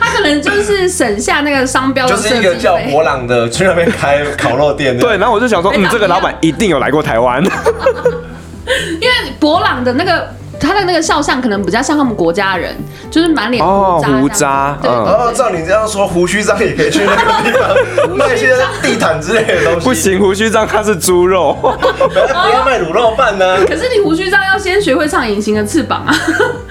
Speaker 4: 他可能就是省下那个商标的
Speaker 3: 就是
Speaker 4: 设
Speaker 3: 一个
Speaker 4: 计
Speaker 3: 叫
Speaker 4: 费。
Speaker 3: 博朗的去那边开烤肉店的。
Speaker 2: 对，然后我就想说，
Speaker 4: 哎
Speaker 2: 嗯，
Speaker 4: 长
Speaker 2: 这个老板一定有来过台湾。
Speaker 4: 因为博朗的那个他的那个肖像可能比较像他们国家人，就是满脸
Speaker 2: 哦
Speaker 4: 胡渣
Speaker 2: 胡渣
Speaker 4: 这样
Speaker 2: 嗯
Speaker 4: 子。
Speaker 3: 然后照你这样说，胡须章也可以去那个地方 卖一些地毯之类的东西。
Speaker 2: 不，行，胡须章他是猪肉，
Speaker 3: 本来不要卖卤肉饭呢、
Speaker 4: 对。可是你胡须章要先学会唱《隐形的翅膀》啊，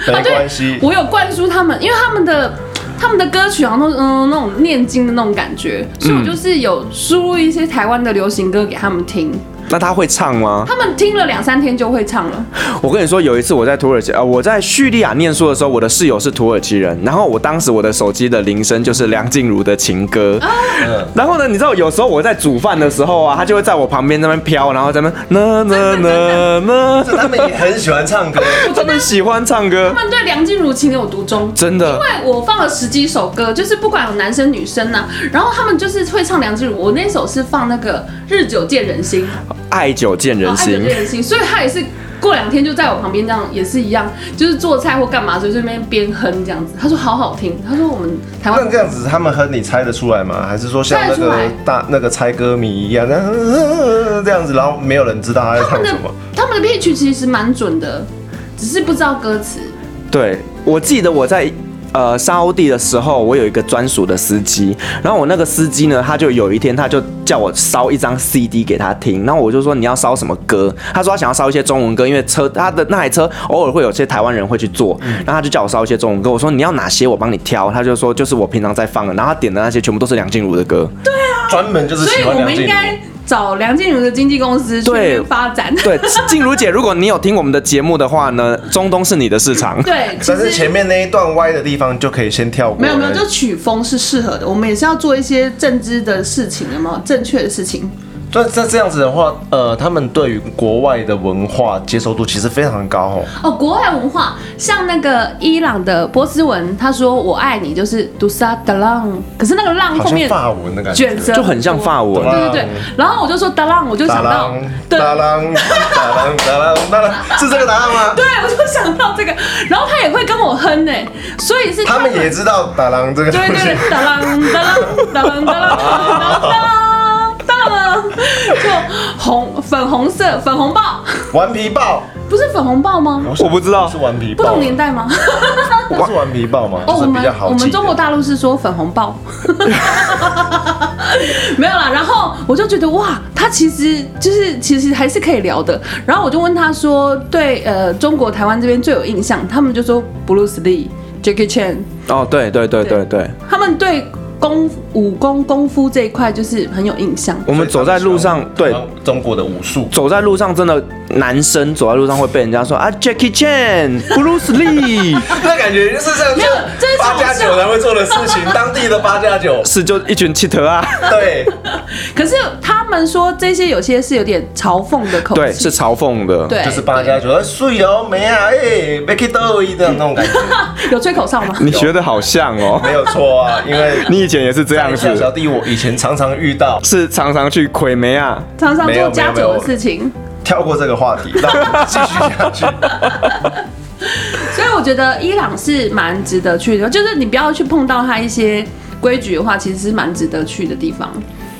Speaker 3: 没关系
Speaker 4: 啊对我有灌输他们，因为他们的他们的歌曲好像都是嗯那种念经的那种感觉，所以
Speaker 3: 嗯
Speaker 4: 我就是有输入一些台湾的流行歌给他们听，
Speaker 2: 那他会唱吗？
Speaker 4: 他们听了两三天就会唱了。
Speaker 2: 我跟你说，有一次我在土耳其，呃，我在叙利亚念书的时候，我的室友是土耳其人，然后我当时我的手机的铃声就是梁静茹的情歌。
Speaker 4: 啊
Speaker 2: 然后呢，你知道有时候我在煮饭的时候啊，他就会在我旁边那边飘，然后在那边呢呢呢呢，
Speaker 3: 这他们也很喜欢唱 歌，
Speaker 2: 他们喜欢唱歌
Speaker 4: 他，们对梁静茹情有独钟，
Speaker 2: 真的
Speaker 4: 因为我放了十几首歌，就是不管有男生女生呐、然后他们就是会唱梁静茹。我那首是放那个《日久见人心》，
Speaker 2: 爱久见人
Speaker 4: 哦爱久
Speaker 2: 心
Speaker 4: 见。人心，所以他也是过两天就在我旁边这样，也是一样，就是做菜或干嘛，所以这边边哼这样子。他说好好听，他说我们台
Speaker 3: 那
Speaker 4: 湾
Speaker 3: 这样子他们哼你猜得出来吗？还是说像那
Speaker 4: 猜得出
Speaker 3: 个
Speaker 4: 来
Speaker 3: 大那个猜歌迷一样，这样子，然后没有人知道他在
Speaker 4: 他
Speaker 3: 唱
Speaker 4: 们
Speaker 3: 什
Speaker 4: 的
Speaker 3: 么？
Speaker 4: 他们的 pitch 其实蛮准的，只是不知道歌词。
Speaker 2: 对，我记得我在呃沙乌地的时候，我有一个专属的司机，然后我那个司机呢，他就有一天他就叫我烧一张 CD 给他听，然后我就说你要烧什么歌？他说他啊想要烧一些中文歌，因为车他的那台车偶尔会有些台湾人会去坐，然后他就叫我烧一些中文歌。我说你要哪些，我帮你挑。他就说就是我平常在放的，然后他点的那些全部都是梁静茹的歌。
Speaker 3: 专门就是
Speaker 4: 嗯所以
Speaker 3: 喜欢
Speaker 4: 我
Speaker 3: 梁
Speaker 4: 们应
Speaker 3: 静茹。
Speaker 4: 该找梁静茹的经纪公司去那边发展。
Speaker 2: 对，静茹姐，如果你有听我们的节目的话呢，中东是你的市场。
Speaker 4: 对，其
Speaker 3: 但是
Speaker 4: 实
Speaker 3: 前面那一段歪的地方就可以先跳过。
Speaker 4: 没有没有，就曲风是适合的。我们也是要做一些政治的事情，有没有正确的事情？
Speaker 3: 就这这样子的话，呃，他们对于国外的文化接受度其实非常高哦。
Speaker 4: 哦，国外文化，像那个伊朗的波斯文，他说“我爱你”就是 “dusa d a l a n 可是那个“浪”
Speaker 3: 好
Speaker 4: 后
Speaker 3: 像
Speaker 4: 面
Speaker 3: 法文的感觉
Speaker 4: 卷。舌
Speaker 2: 就很像法文
Speaker 4: 对对对，然后我就说 “da l a n 我就
Speaker 3: 哒
Speaker 4: 想到
Speaker 3: 啷，
Speaker 4: 对
Speaker 3: 哒啷哒啷哒啷哒啷，是这个答案吗？
Speaker 4: 对，我就想到这个，然后他也会跟我哼呢，所以是
Speaker 3: 他们也知道哒啷这个东
Speaker 4: 对对
Speaker 3: 西。
Speaker 4: 对，哒啦哒啦哒啦哒啦哒啦哒啦，就红粉红色粉红豹，
Speaker 3: 顽皮豹，哦
Speaker 4: 不是粉红豹吗？
Speaker 2: 我不知道
Speaker 3: 是顽皮
Speaker 4: 哦不
Speaker 3: 豹，
Speaker 4: 同年代吗？
Speaker 3: 不是顽皮豹吗？
Speaker 4: 哦，我
Speaker 3: 是比
Speaker 4: 们
Speaker 3: 较好
Speaker 4: 我
Speaker 3: 记的
Speaker 4: 们中国大陆是说粉红豹， 没有啦。然后我就觉得哇，他其实就是其实还是可以聊的。然后我就问他说，对呃中国台湾这边最有印象，他们就说 Bruce Lee、Jackie Chan，
Speaker 2: 哦，对对对对
Speaker 4: 对
Speaker 2: 对。
Speaker 4: 他们对功武功功夫这一块就是很有印象。
Speaker 3: 哦
Speaker 2: 我们走在路上，对，
Speaker 3: 中国的武 术，
Speaker 2: 走在路上真的男生走在路上会被人家说啊，Jackie Chan、Bruce Lee，
Speaker 3: 那感觉就是像
Speaker 4: 没有这是
Speaker 3: 八加
Speaker 4: 嘲
Speaker 3: 九
Speaker 4: 笑
Speaker 3: 才会做的事 情，当地的八加九，
Speaker 2: 是就一群气头啊，
Speaker 3: 对，
Speaker 4: 可是他们说这些有些是有点嘲讽的口
Speaker 2: 对，
Speaker 4: 气
Speaker 2: 是，嘲讽的，
Speaker 4: 对，
Speaker 3: 就是八加九，哎睡哦没啊，哎，别去逗一的那种感觉，
Speaker 4: 有吹口哨吗？
Speaker 2: 你学的好像哦，
Speaker 3: 没有错啊，因为
Speaker 2: 你以前也是这 样
Speaker 3: 像小
Speaker 2: 子，
Speaker 3: 弟我以前常常遇到，
Speaker 2: 是常常去鬼梅啊，
Speaker 4: 常常
Speaker 3: 没有
Speaker 4: 做加
Speaker 3: 没有
Speaker 4: 酒
Speaker 3: 没有
Speaker 4: 的事情。
Speaker 3: 跳过这个话题，让我们继续下去。
Speaker 4: 所以我觉得伊朗是蛮值得去的，就是你不要去碰到它一些规矩的话，其实是蛮值得去的地方。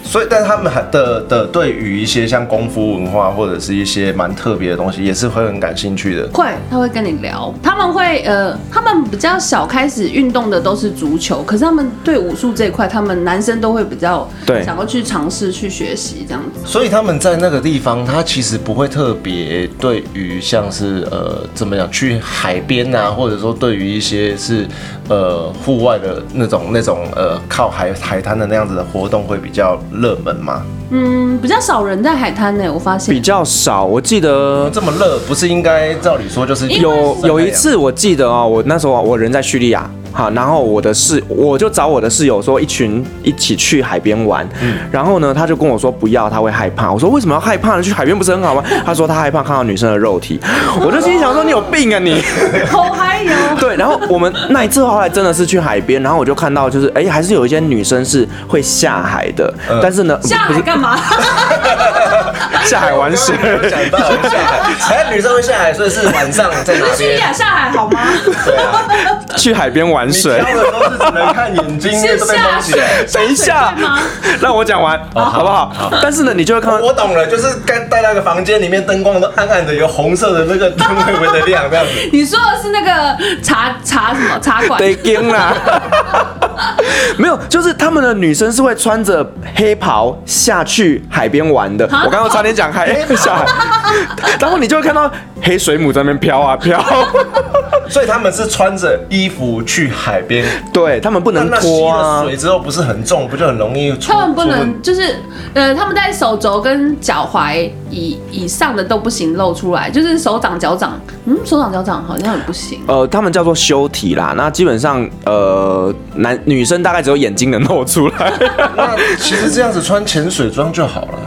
Speaker 3: 所以，但他们还的的对于一些像功夫文化或者是一些蛮特别的东西，也是会很感兴趣的。
Speaker 4: 会，他会跟你聊，他们会呃，他们比较小开始运动的都是足球，可是他们对武术这一块，他们男生都会比较
Speaker 2: 对
Speaker 4: 想要去尝试去学习这样子。
Speaker 3: 所以他们在那个地方，他其实不会特别对于像是呃怎么讲去海边啊，或者说对于一些是呃户外的那种那种呃靠海海滩的那样子的活动会比较热门吗？
Speaker 4: 嗯，比较少人在海滩欸呢，我发现
Speaker 2: 比。较少。我记得
Speaker 3: 这么热，不是应该照理说就是
Speaker 2: 有有一次我记得啊、我那时候我人在叙利亚，哈，然后我的室我就找我的室友说一群一起去海边玩，然后呢他就跟我说不要，他会害怕。我说为什么要害怕呢？去海边不是很好吗？ 他说他害怕看到女生的肉 体，我就心里想说你有病啊你。
Speaker 4: 口哦还有，
Speaker 2: 对，然后我们那一次后来真的是去海边，然后我就看到就是哎还是有一些女生是会下海的，但是呢
Speaker 4: 下
Speaker 2: 不
Speaker 4: 海
Speaker 2: 是
Speaker 4: 干嘛？
Speaker 2: 下海玩 水。
Speaker 3: 想到下海，哎，女生会下海，所以是晚上在哪
Speaker 4: 去叙利亚？下海好吗？
Speaker 3: 对啊，
Speaker 2: 去海边玩
Speaker 3: 你挑
Speaker 2: 水
Speaker 3: 的，都是只能看眼睛，因为
Speaker 4: 是
Speaker 3: 都被
Speaker 4: 下
Speaker 3: 蒙 起
Speaker 4: 水
Speaker 3: 来。，
Speaker 2: 等一下
Speaker 4: 下水对吗？
Speaker 2: 让我讲完哦好不好？但是呢，你就会看到
Speaker 3: 我懂了，就是刚在那个房间里面，灯光都暗暗的，有红色的那个灯微微的亮，这样子。
Speaker 4: 你说的是那个茶茶什么茶馆？
Speaker 2: 得惊 啦。没有，就是他们的女生是会穿着黑袍
Speaker 3: 啊
Speaker 2: 下去海边玩的。我刚刚差点讲海哎下海，然后你就会看到黑水母在那边飘啊 飘，
Speaker 3: 所以他们是穿着衣服去海边，
Speaker 2: 对他们不
Speaker 3: 那
Speaker 2: 能
Speaker 3: 那吸
Speaker 2: 脱
Speaker 3: 了
Speaker 2: 啊
Speaker 3: 水。之后不是很重，不就很容易出？
Speaker 4: 他们不
Speaker 3: 出问
Speaker 4: 能，就是呃，他们在手肘跟脚踝以以上的都不行露出来，就是手掌、脚掌，嗯，手掌、脚掌好像也不行。
Speaker 2: 呃，他们叫做修体啦。那基本上，呃，男女生大概只有眼睛能露出 来。
Speaker 3: 那其实这样子穿潜水装就好了。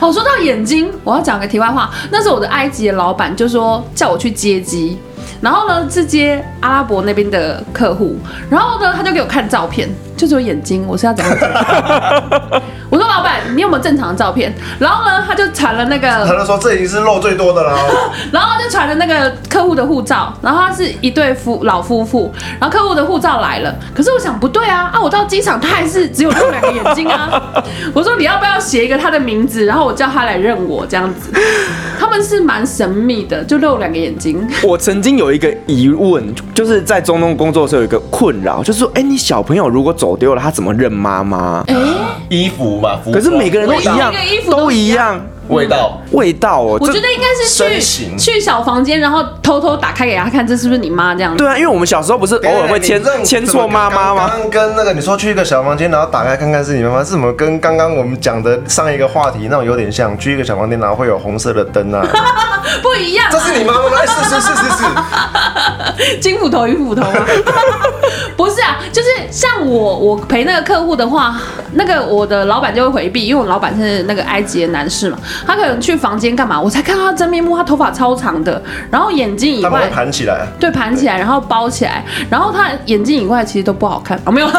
Speaker 4: 哦，说到眼睛，我要讲个题外话。那时候我的埃及的老板就说叫我去接机，然后呢是接阿拉伯那边的客户，然后呢他就给我看照片，就只有眼睛，我是要怎样接？ 我说老板，你有没有正常的照片？然后呢他就传了那
Speaker 3: 他
Speaker 4: 个，
Speaker 3: 就说这已经是肉最多的啦。
Speaker 4: 然后他就传了那个客户的护照，然后他是一对夫老夫妇，然后客户的护照来了，可是我想不对啊啊，我到机场他还是只有那两个眼睛 啊，我说你要不要写一个他的名字，然后我叫他来认我这样子。他们是蛮神秘的，就露两个眼睛。
Speaker 2: 我曾经有一个疑问，就是在中东工作的时候有一个困扰，就是说，哎、你小朋友如果走丢了，他怎么认妈妈？
Speaker 4: 哎、
Speaker 3: 衣服嘛，服
Speaker 2: 可是
Speaker 3: 装
Speaker 2: 每个人都
Speaker 3: 味
Speaker 2: 一
Speaker 3: 道
Speaker 2: 样
Speaker 4: 每个衣，服
Speaker 2: 都
Speaker 4: 都
Speaker 2: 一
Speaker 4: 一
Speaker 2: 样，
Speaker 3: 味道，
Speaker 2: 味道哦。
Speaker 4: 我
Speaker 2: 这
Speaker 4: 觉得应该
Speaker 3: 身
Speaker 4: 是去
Speaker 3: 形
Speaker 4: 去小房间，然后偷偷打开给他看，这是不是你妈这样子？
Speaker 2: 对啊，因为我们小时候不是偶尔会牵牵错妈妈
Speaker 3: 吗？
Speaker 2: 吗？
Speaker 3: 刚刚跟那个你说去一个小房间，然后打开看看是你妈妈，是怎么跟刚刚我们讲的上一个话题那种有点像？去一个小房间，然后会有红色的灯啊，
Speaker 4: 不一样啊、
Speaker 3: 这是你妈妈吗？哎是是是是 是，
Speaker 4: 金斧头与斧头吗？ 不是啊，就是像我，我陪那个客户的话，那个我的老板就会回避，因为我老板是那个埃及的男士嘛，他可能去房间干嘛？我才看到他真面目，他头发超长的，然后眼睛以
Speaker 3: 他们会
Speaker 4: 外。
Speaker 3: 盘起来。
Speaker 4: 对，盘起来，然后包起来，然后他眼睛以外其实都不好看啊、没有。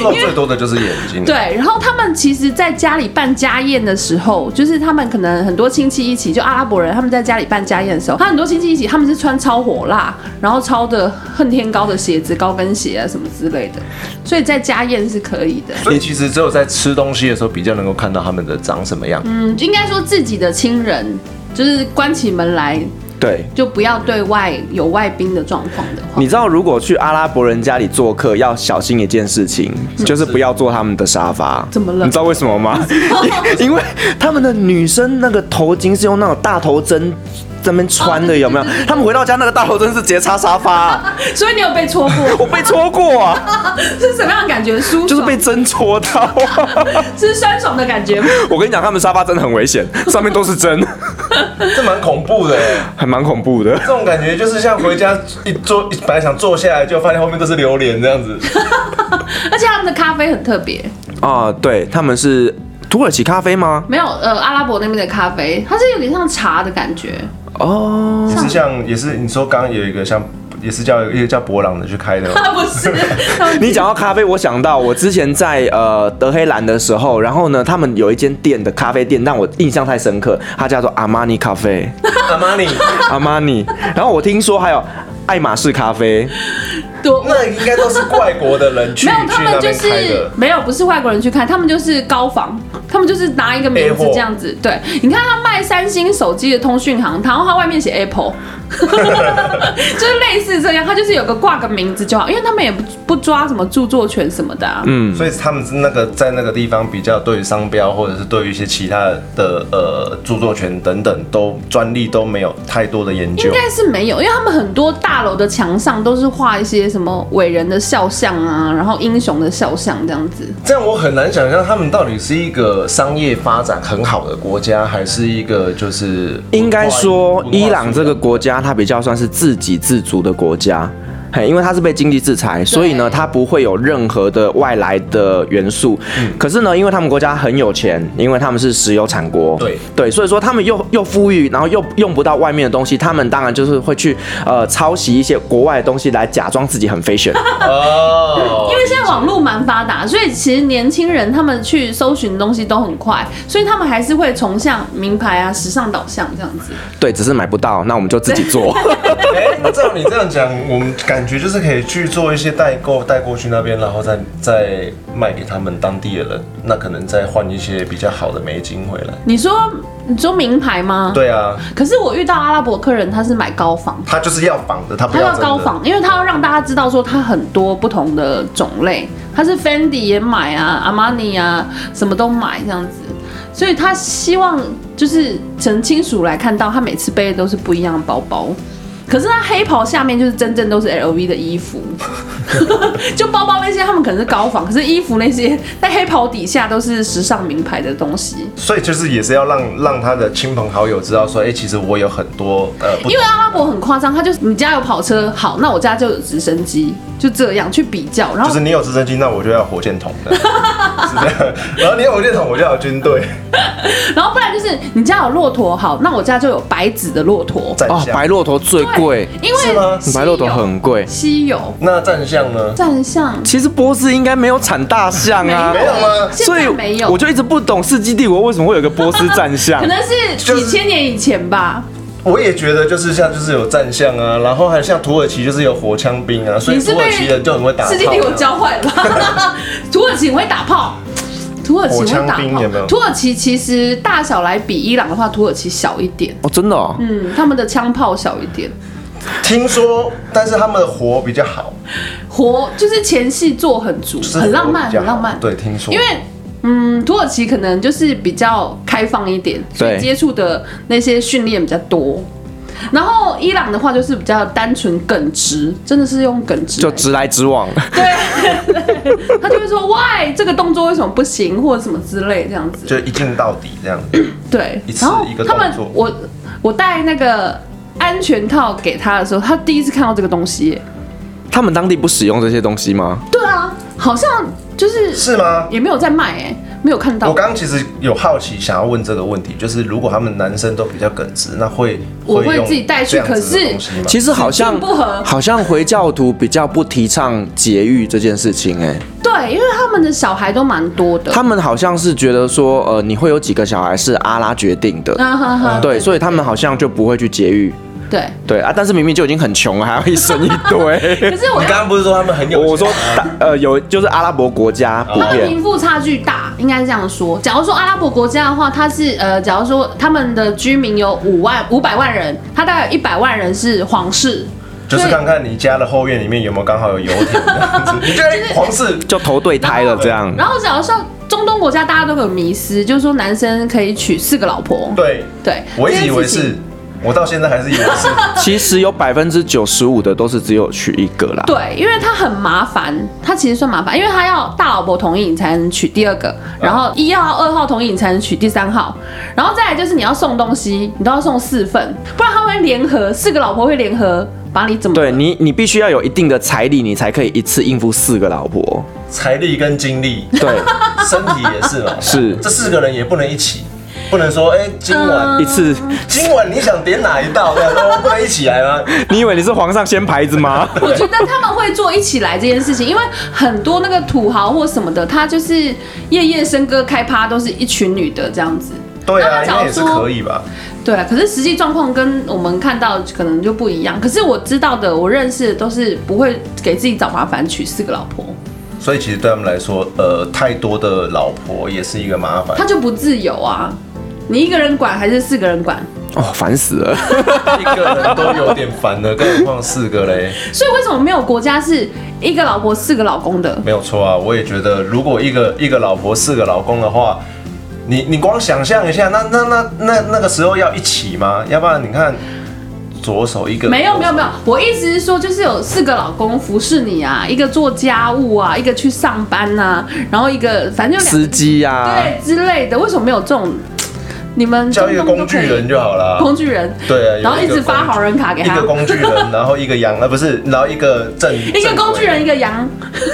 Speaker 3: 肉最多的就是眼
Speaker 2: 嗯
Speaker 3: 睛。啊
Speaker 4: 对，然后他们其实在家里办家宴的时候，就是他们可能很多亲戚一起，就阿拉伯人他们在家里办家宴的时候，他很多亲戚一起，他们是穿超火辣，然后超的恨天高的鞋子、高跟鞋啊什么之类的，所以在家宴是可以的。
Speaker 3: 所以其实只有在吃东西的时候，比较能够看到他们的长什么样。
Speaker 4: 嗯，应该说自己的亲人，就是关起门来
Speaker 2: 对。
Speaker 4: 就不要对外有外宾的状况的话
Speaker 2: 你，知道，如果去阿拉伯人家里做客，要小心一件事情，就是不要坐他们的沙发。
Speaker 4: 嗯怎么了
Speaker 2: 你知道为什么 吗？因因为他们的女生那个头巾是用那种大头针在那边穿的，
Speaker 4: 哦对
Speaker 2: 有没有
Speaker 4: 对对？
Speaker 2: 他们回到家那个大头针是直接插沙发、啊
Speaker 4: 所以你有被戳 过，
Speaker 2: 我被戳过啊，
Speaker 4: 是什么样的感觉？舒爽，
Speaker 2: 就是被针戳到、 啊
Speaker 4: 是酸爽的感觉吗？
Speaker 2: 我跟你讲，他们沙发真的很危险，上面都是针，
Speaker 3: 这蛮恐怖的欸，
Speaker 2: 还蛮恐怖的。
Speaker 3: 这种感觉就是像回家一坐， 一本来想坐下来，就发现后面都是榴莲这样 子。
Speaker 4: 而且他们的咖啡很特别。
Speaker 2: 啊、对，他们是土耳其咖啡吗？
Speaker 4: 没有，呃，阿拉伯那边的咖啡，它是有点像茶的感觉。，
Speaker 2: 哦，
Speaker 3: 也是像，也是你说刚刚有一个像，也是叫一个叫博朗的去 开的
Speaker 4: 啊不 是，他们
Speaker 2: 你讲到咖啡，我想到我之前在呃德黑兰的时候，然后呢，他们有一间店的咖啡店让我印象太深刻，它叫做阿玛尼咖啡，
Speaker 3: 阿玛尼，
Speaker 2: 阿玛尼。然后我听说还有爱马仕咖啡，
Speaker 4: 多
Speaker 3: 那应该都是外国的人去
Speaker 4: 没有，
Speaker 3: 去
Speaker 4: 他
Speaker 3: 那
Speaker 4: 们就
Speaker 3: 边
Speaker 4: 是
Speaker 3: 开的。
Speaker 4: 没有，不是外国人去看，他们就是高仿，他们就是拿一个名字
Speaker 3: Apple
Speaker 4: 这样子。对，你看他卖三星手机的通讯行，然后他外面写 Apple，就是类似这样，他就是有个挂个名字就好，因为他们也不不抓什么著作权什么的、啊。嗯，
Speaker 3: 所以他们是那个在那个地方比较对于商标或者是对于一些其他的呃著作权等等都专利都没有太多的研究
Speaker 4: 应，该是没有，因为他们很多大楼的墙上都是画一些什么伟人的肖像啊，然后英雄的肖像这样子。
Speaker 3: 这样我很难想象他们到底是一个商业发展很好的国家，还是一个就是
Speaker 2: 应该说
Speaker 3: 文化
Speaker 2: 伊朗这个国家它比较算是自给自足的国家。嘿，因为它是被经济制裁，所以呢，它不会有任何的外来的元素。
Speaker 3: 嗯
Speaker 2: 可是呢，因为他们国家很有钱，因为他们是石油产国，
Speaker 3: 对
Speaker 2: 对，所以说他们又又富裕，然后又用不到外面的东西，他们当然就是会去呃抄袭一些国外的东西来假装自己很 fashion。
Speaker 3: 哦，
Speaker 4: 因为现在网络蛮发达，所以其实年轻人他们去搜寻东西都很快，所以他们还是会崇尚名牌啊、时尚导向这样子。
Speaker 2: 对，只是买不到，那我们就自己做。
Speaker 3: 哎、那照你这样讲，我们感觉就是可以去做一些代购，带过去那边，然后再再卖给他们当地的人，那可能再换一些比较好的美金回来。
Speaker 4: 你说你说名牌吗？。
Speaker 3: 对啊，
Speaker 4: 可是我遇到阿拉伯客人，他是买高仿，
Speaker 3: 他就是要仿的，他不
Speaker 4: 他
Speaker 3: 要
Speaker 4: 要
Speaker 3: 真的
Speaker 4: 高。仿，因为他要让大家知道说他很多不同的种类，他是 Fendi 也买啊，Armani 啊，什么都买这样子。所以他希望就是从亲属来看到他每次背的都是不一样的包包。可是他黑袍下面就是真正都是 LV 的 衣服，就包包那些他们可能是高仿，可是衣服那些在黑袍底下都是时尚名牌的东西。
Speaker 3: 所以就是也是要让让他的亲朋好友知道说，哎、其实我有很多呃，不
Speaker 4: 因为阿拉伯很夸张，他就是你家有跑车，好，那我家就有直升机，就这样去比较，然后
Speaker 3: 就是你有直升机，那我就要火箭筒的，是这 样。然后你有火箭筒，我就要有军队
Speaker 4: 然后不然就是你家有骆驼，好，那我家就有白纸的骆驼。
Speaker 3: 站
Speaker 2: 哦，
Speaker 3: 相。
Speaker 2: 白骆驼最贵，
Speaker 4: 因为
Speaker 3: 是吗
Speaker 4: 稀有
Speaker 2: 白骆驼很贵。
Speaker 4: 稀有，
Speaker 3: 那站相呢？
Speaker 4: 站相
Speaker 2: 其实波斯应该没有产大象啊，
Speaker 3: 没有吗？
Speaker 4: 现
Speaker 2: 所以
Speaker 4: 在没有，
Speaker 2: 我就一直不懂世纪帝国为什么会有个波斯战象
Speaker 4: 可。能是几千年以前吧。
Speaker 3: 我也觉得就是像就是有战象啊，然后还有像土耳其就是有火枪兵啊，所以
Speaker 4: 你是
Speaker 3: 土
Speaker 4: 被
Speaker 3: 耳其人就很会打炮啊。
Speaker 4: 世界帝国教坏了吧？ 土耳其很会打炮。土耳其很会
Speaker 3: 火
Speaker 4: 打
Speaker 3: 枪兵有没有
Speaker 4: 炮，土耳其其实大小来比伊朗的话，土耳其小一点，
Speaker 2: 哦，真的哦，
Speaker 4: 嗯，他们的枪炮小一点，
Speaker 3: 听说，但是他们的火比较好，
Speaker 4: 活就是前戏做很足，
Speaker 3: 就是
Speaker 4: 很浪漫，
Speaker 3: 火比较
Speaker 4: 很
Speaker 3: 好
Speaker 4: 浪漫，
Speaker 3: 对，听说，
Speaker 4: 因为嗯，土耳其可能就是比较开放一点，所以
Speaker 2: 对
Speaker 4: 接触的那些训练比较多。然后伊朗的话就是比较单纯耿直，真的是用耿直来
Speaker 2: 就直来直往。
Speaker 4: 对，他就会说 why 这个动作为什么不行，或者什么之类这样子。
Speaker 3: 就一镜到底这样。
Speaker 4: 嗯对
Speaker 3: 一，次
Speaker 4: 然后
Speaker 3: 一个
Speaker 4: 他们
Speaker 3: 动作
Speaker 4: 我我戴那个安全套给他的时候，他第一次看到这个东西耶。
Speaker 2: 他们当地不使用这些东西吗？
Speaker 4: 对啊，好像就是
Speaker 3: 是吗？
Speaker 4: 也没有在卖哎、没有看
Speaker 3: 我
Speaker 4: 到。
Speaker 3: 刚刚其实有好奇，想要问这个问题，就是如果他们男生都比较耿直，那会
Speaker 4: 我会
Speaker 3: 用
Speaker 4: 自己带去
Speaker 3: 这样子的
Speaker 4: 可是
Speaker 3: 东西吗
Speaker 2: 其实好像
Speaker 4: 性不合
Speaker 2: 好像回教徒比较不提倡节育这件事情、
Speaker 4: 呃
Speaker 2: 哎，
Speaker 4: 对，因为他们的小孩都蛮多的。
Speaker 2: 他们好像是觉得说，呃，你会有几个小孩是阿拉决定的，
Speaker 4: 啊哈哈，
Speaker 2: 对，所以他们好像就不会去节育，
Speaker 3: 呃
Speaker 4: 对。
Speaker 2: 对啊，但是明明就已经很穷了，还要一生一堆。
Speaker 4: 可是我
Speaker 3: 你刚刚不是说他们很有钱吗？
Speaker 2: 我说，大呃，有就是阿拉伯国家普
Speaker 4: 他们
Speaker 2: 遍
Speaker 4: 贫富差距大，应该是这样说。假如说阿拉伯国家的话，它是呃，假如说他们的居民有五万五百万人，他大概有一百万人是皇室，
Speaker 3: 就是
Speaker 4: 对
Speaker 3: 看看你家的后院里面有没有刚好有游艇这样子。你觉得皇室
Speaker 2: 就头对胎了这样。
Speaker 4: 然后假如说中东国家大家都有迷思，就是说男生可以娶四个老婆。
Speaker 3: 对，
Speaker 4: 对，
Speaker 3: 我一直以为
Speaker 4: 这件事情
Speaker 3: 是，我到现在还是以为是。
Speaker 2: 其实有百分之九十五的都是只有娶一个啦。
Speaker 4: 对，因为他很麻烦，他其实算麻烦，因为他要大老婆同意你才能娶第二
Speaker 3: 啊
Speaker 4: 个，然后一号、二号同意你才能娶第三号，然后再来就是你要送东西，你都要送四份，不然他们会联合四个老婆会联合把你怎么
Speaker 2: 对你，你必须要有一定的财力，你才可以一次应付四个老婆。
Speaker 3: 财力跟精 力，
Speaker 2: 对，
Speaker 3: 身体也是嘛。
Speaker 2: 是
Speaker 3: 这四个人也不能一起，不能说哎、今晚、
Speaker 2: 一次。
Speaker 3: 今晚你想点哪一道？这样哦不能一起来吗？
Speaker 2: 你以为你是皇上掀牌子 吗？
Speaker 4: 我觉得他们会做一起来这件事情，因为很多那个土豪或什么的，他就是夜夜笙歌开趴，都是一群女的这样子。
Speaker 3: 对
Speaker 4: 那
Speaker 3: 啊，
Speaker 4: 他
Speaker 3: 应
Speaker 4: 假
Speaker 3: 该
Speaker 4: 如
Speaker 3: 也是
Speaker 4: 说
Speaker 3: 可以吧？
Speaker 4: 对啊，可是实际状况跟我们看到可能就不一样。可是我知道的，我认识的都是不会给自己找麻烦娶四个老婆，
Speaker 3: 所以其实对他们来说，呃，太多的老婆也是一个麻 烦
Speaker 4: 他。就不自由啊。你一个人管还是四个人管？
Speaker 2: 哦，烦死了。
Speaker 3: 一个人都有点烦了，更何况四个嘞？
Speaker 4: 所以为什么没有国家是一个老婆四个老公的？
Speaker 3: 没有错啊，我也觉得，如果一个一个老婆四个老公的话，你你光想象一下，那那那那那个时候要一起吗？要不然你看，左手一个，
Speaker 4: 没有没有没有，我意思是说，就是有四个老公服侍你啊，一个做家务啊，一个去上班啊，然后一个反正就两
Speaker 2: 司机啊呀、
Speaker 4: 对之类的。为什么没有这种？你们
Speaker 3: 啊叫一个
Speaker 4: 中东
Speaker 3: 工
Speaker 4: 都
Speaker 3: 具
Speaker 4: 可以
Speaker 3: 人就好了。
Speaker 4: 工具人
Speaker 3: 对啊，有
Speaker 4: 然后一直
Speaker 3: 个
Speaker 4: 发
Speaker 3: 工
Speaker 4: 好人卡给
Speaker 3: 一
Speaker 4: 他
Speaker 3: 个工具 人，然后一个羊，呃，不是，然后一个正
Speaker 4: 一个工具人，一个羊。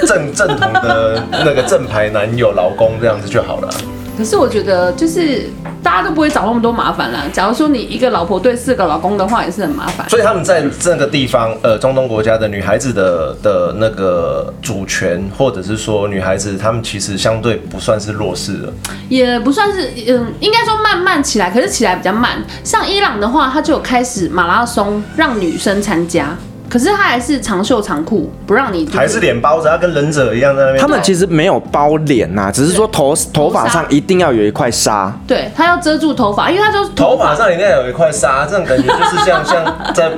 Speaker 3: 正正正统的那个正牌男友老公这样子就好了。
Speaker 4: 可是我觉得，就是大家都不会找那么多麻烦啦。假如说你一个老婆对四个老公的话，也是很麻烦。
Speaker 3: 所以他们在这个地方，呃，中东国家的女孩子的的那个主权，或者是说女孩子，她们其实相对不算是弱势的。
Speaker 4: 也不算是，嗯，应该说慢慢起来，可是起来比较慢。像伊朗的话，它就有开始马拉松让女生参加，可是它还是长袖长裤，不让你、就是
Speaker 3: 还是脸包着，要跟忍者一样在那边。
Speaker 2: 他们其实没有包脸呐、只是说头头发上一定要有一块纱。
Speaker 4: 对，它要遮住头发，因为它就是
Speaker 3: 头发上一定要有一块纱，这种感觉就是像像在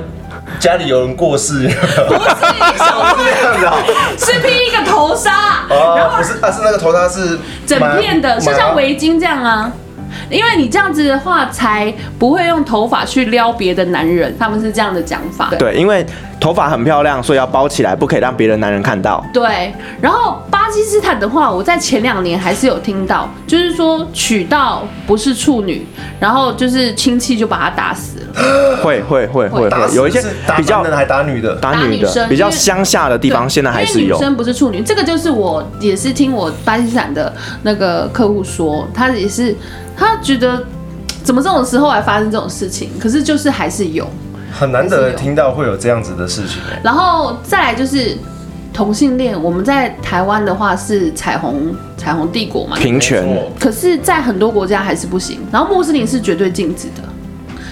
Speaker 3: 家里有人过世， 不
Speaker 4: 不是小
Speaker 3: 是 那样子啊。
Speaker 4: 是披一个头纱，
Speaker 3: 哦，不是，啊，是那个头纱是
Speaker 4: 整片的，
Speaker 3: 麻
Speaker 4: 就
Speaker 3: 麻
Speaker 4: 像围巾这样啊。因为你这样子的话，才不会用头发去撩别的男人。他们是这样的讲法。
Speaker 2: 对，因为头发很漂亮，所以要包起来，不可以让别的男人看到。
Speaker 4: 对，然后巴基斯坦的话，我在前两年还是有听到，就是说娶到不是处女，然后就是亲戚就把她打死了。
Speaker 2: 会会会会
Speaker 3: 打
Speaker 2: 会，
Speaker 3: 死
Speaker 2: 有一些
Speaker 3: 是打
Speaker 2: 比较
Speaker 3: 男的还打女的，
Speaker 2: 打女
Speaker 4: 打女
Speaker 2: 的，
Speaker 4: 生
Speaker 2: 比较
Speaker 4: 因为
Speaker 2: 乡下的地方，
Speaker 4: 对
Speaker 2: 现在还是
Speaker 4: 因为
Speaker 2: 有
Speaker 4: 女。生不是处女，这个就是我也是听我巴基斯坦的那个客户说，他也是他觉得怎么这种时候还发生这种事情，可是就是还是有。
Speaker 3: 很难
Speaker 4: 还是
Speaker 3: 得
Speaker 4: 有
Speaker 3: 听到会有这样子的事情、欸。
Speaker 4: 然后再来就是同性恋，我们在台湾的话是彩虹彩虹帝国嘛，
Speaker 2: 平权
Speaker 3: 没错
Speaker 4: 可是，在很多国家还是不行。然后穆斯林是绝对禁止的，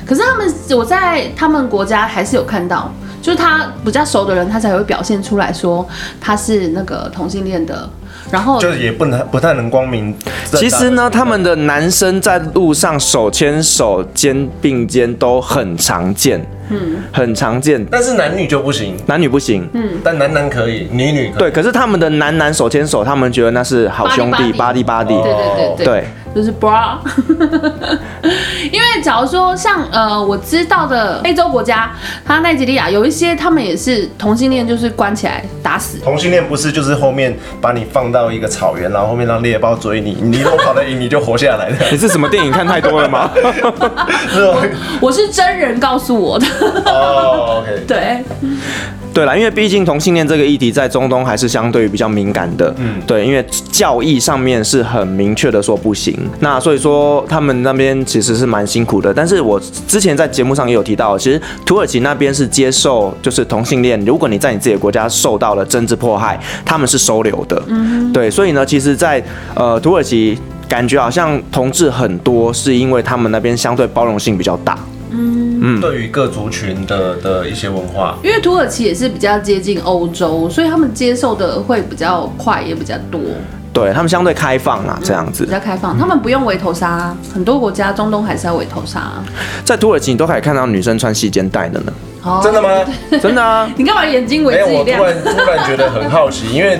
Speaker 4: 可是他们我在他们国家还是有看到，就是他比较熟的人，他才会表现出来说他是那个同性恋的。然后
Speaker 3: 就是也不能不太能光明正大。
Speaker 2: 其实呢，他们的男生在路上手牵手、肩并肩都很常见，嗯，很常见，
Speaker 3: 但是男女就不行，
Speaker 2: 男女不行。
Speaker 4: 嗯
Speaker 3: 但男男可以，女女可以。
Speaker 2: 对，可是他们的男男手牵手，他们觉得那是好兄弟，巴蒂
Speaker 4: buddy，buddy
Speaker 2: 巴蒂。
Speaker 4: 对对对
Speaker 2: 对，
Speaker 4: 就是 bra，因为假如说像呃我知道的非洲国家，他奈及利亚有一些他们也是同性恋，就是关起来打死，
Speaker 3: 同性恋不是就是后面把你放到一个草原，然后后面让猎豹 追你，你如果跑得赢，你就活下来了。
Speaker 2: 你是什么电影看太多了吗？
Speaker 3: 是吧
Speaker 4: 我是真人告诉我的，
Speaker 3: 哦，OK，
Speaker 4: 对。
Speaker 2: 对啦，因为毕竟同性恋这个议题在中东还是相对于比较敏感的，嗯，对，因为教义上面是很明确的说不行，那所以说他们那边其实是蛮辛苦的。但是我之前在节目上也有提到，其实土耳其那边是接受就是同性恋，如果你在你自己的国家受到了政治迫害，他们是收留的，嗯，对，所以呢，其实在，呃土耳其感觉好像同志很多，是因为他们那边相对包容性比较大，嗯
Speaker 3: 对于各族群的的一些文化，
Speaker 4: 因为土耳其也是比较接近欧洲，所以他们接受的会比较快，也比较多，
Speaker 2: 对他们相对开放啊啦，这样子
Speaker 4: 比。较开放。他们不用围头纱，很多国家中东还是要围头纱。
Speaker 2: 在土耳其，你都可以看到女生穿细肩带的 呢，
Speaker 4: 哦
Speaker 3: 真的？吗？
Speaker 2: 真的啊。
Speaker 4: 你干嘛眼睛
Speaker 3: 没
Speaker 4: 为
Speaker 3: 有，
Speaker 4: 自己
Speaker 3: 我突
Speaker 4: 亮？
Speaker 3: 然突然觉得很好奇，因为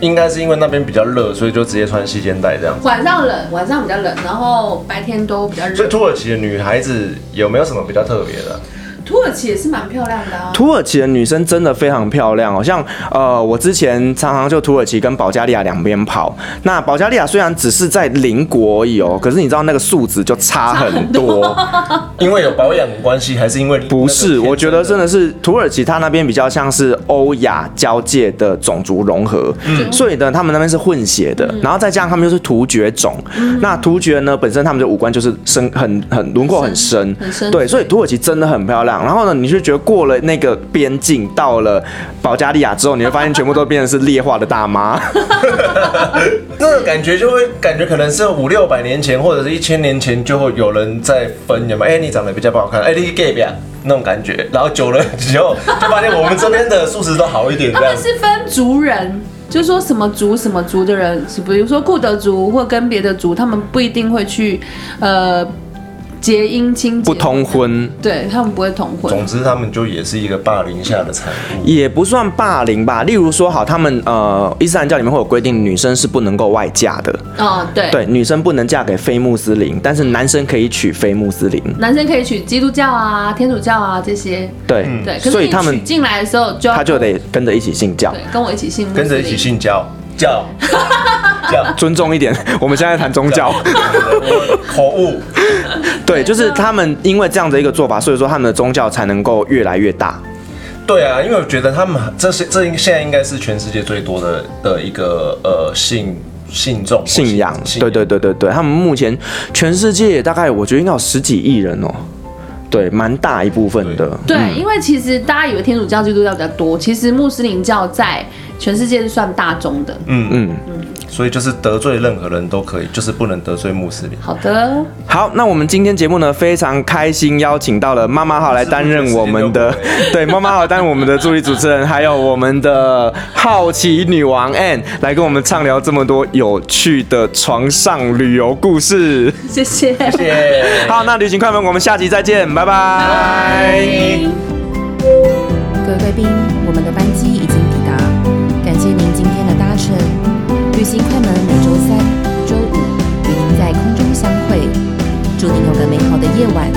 Speaker 3: 应该是因为那边比较热，所以就直接穿细肩带这样子。
Speaker 4: 晚上冷，晚上比较冷，然后白天都比较
Speaker 3: 所以
Speaker 4: 热。
Speaker 3: 土耳其的女孩子有没有什么比较特别的？
Speaker 4: 土耳其也是蛮漂亮的啊。
Speaker 2: 土耳其的女生真的非常漂亮哦，像呃，我之前常常就土耳其跟保加利亚两边跑。那保加利亚虽然只是在邻国而已哦，可是你知道那个素质就差很多。
Speaker 3: 因为有保养的关系，还是因为
Speaker 2: 不是，我觉得真
Speaker 3: 的
Speaker 2: 的是土耳其，它那边比较像是欧亚交界的种族融合，
Speaker 4: 嗯
Speaker 2: 所以呢，他们那边是混血的，然后再加上他们又是突厥种，
Speaker 4: 嗯
Speaker 2: 那突厥呢本身他们的五官就是深很很轮廓很深，
Speaker 4: 很深
Speaker 2: 对，所以土耳其真的很漂亮。然后呢，你就觉得过了那个边境，到了保加利亚之后，你会发现全部都变成是劣化的大 妈。
Speaker 3: 那个感觉就会感觉可能是五六百年前或者是一千年前就会有人在分，有没有？哎、你长得比较不好看，哎、你 gay 吧，那种感觉。然后久了以后，就发现我们这边的素质都好一点，
Speaker 4: 他
Speaker 3: 这样
Speaker 4: 们。是分族人，就说什么族什么族的人，比如说库德族或跟别的族，他们不一定会去呃结姻亲结
Speaker 2: 不，通婚
Speaker 4: 对他们不会同婚。
Speaker 3: 总之，他们就也是一个霸凌下的产物。
Speaker 2: 也不算霸凌吧，例如说好，他们呃伊斯兰教里面会有规定，女生是不能够外嫁的。
Speaker 4: 哦，对，
Speaker 2: 对，女生不能嫁给非穆斯林，但是男生可以娶非穆斯林。
Speaker 4: 男生可以娶基督教啊、天主教啊这些，
Speaker 2: 对，
Speaker 3: 嗯
Speaker 4: 对。可是
Speaker 2: 所以
Speaker 4: 你
Speaker 2: 他们
Speaker 4: 娶进来的时候就要
Speaker 2: 他就得跟着一起信教
Speaker 4: 对，跟我一起信，
Speaker 3: 跟着一起。性交，叫叫，
Speaker 2: 尊重一点。 我们现在谈宗教，
Speaker 3: 我 口误。
Speaker 2: 对，就是他们因为这样的一个做法，所以说他们的宗教才能够越来越大。
Speaker 3: 对啊，因为我觉得他们这些这应现在应该是全世界最多的的一个呃信信众或
Speaker 2: 信仰，
Speaker 3: 信
Speaker 2: 对对对对对，他们目前全世界大概我觉得应该有十几亿人哦，对，蛮大一部分的。
Speaker 4: 对，因为其实大家以为天主教、基督教比较多，其实穆斯林教在全世界是算大宗的。
Speaker 3: 嗯所以就是得罪任何人都可以，就是不能得罪穆斯林。
Speaker 4: 好的，
Speaker 2: 好，那我们今天节目呢，非常开心邀请到了妈妈好来担任我们的
Speaker 3: 是不是 时，
Speaker 2: 对，妈妈好担任我们的助理主持人，还有我们的好奇女王 Anne 来跟我们畅聊这么多有趣的床上旅游故事。
Speaker 4: 谢谢。
Speaker 3: 谢谢。
Speaker 2: 好，那旅行快门，我们下集再见，拜拜
Speaker 1: 各位贵宾，我们的班机已经抵达，感谢您今天的搭乘。旅行快门每周三、周五与您在空中相会，夜晚，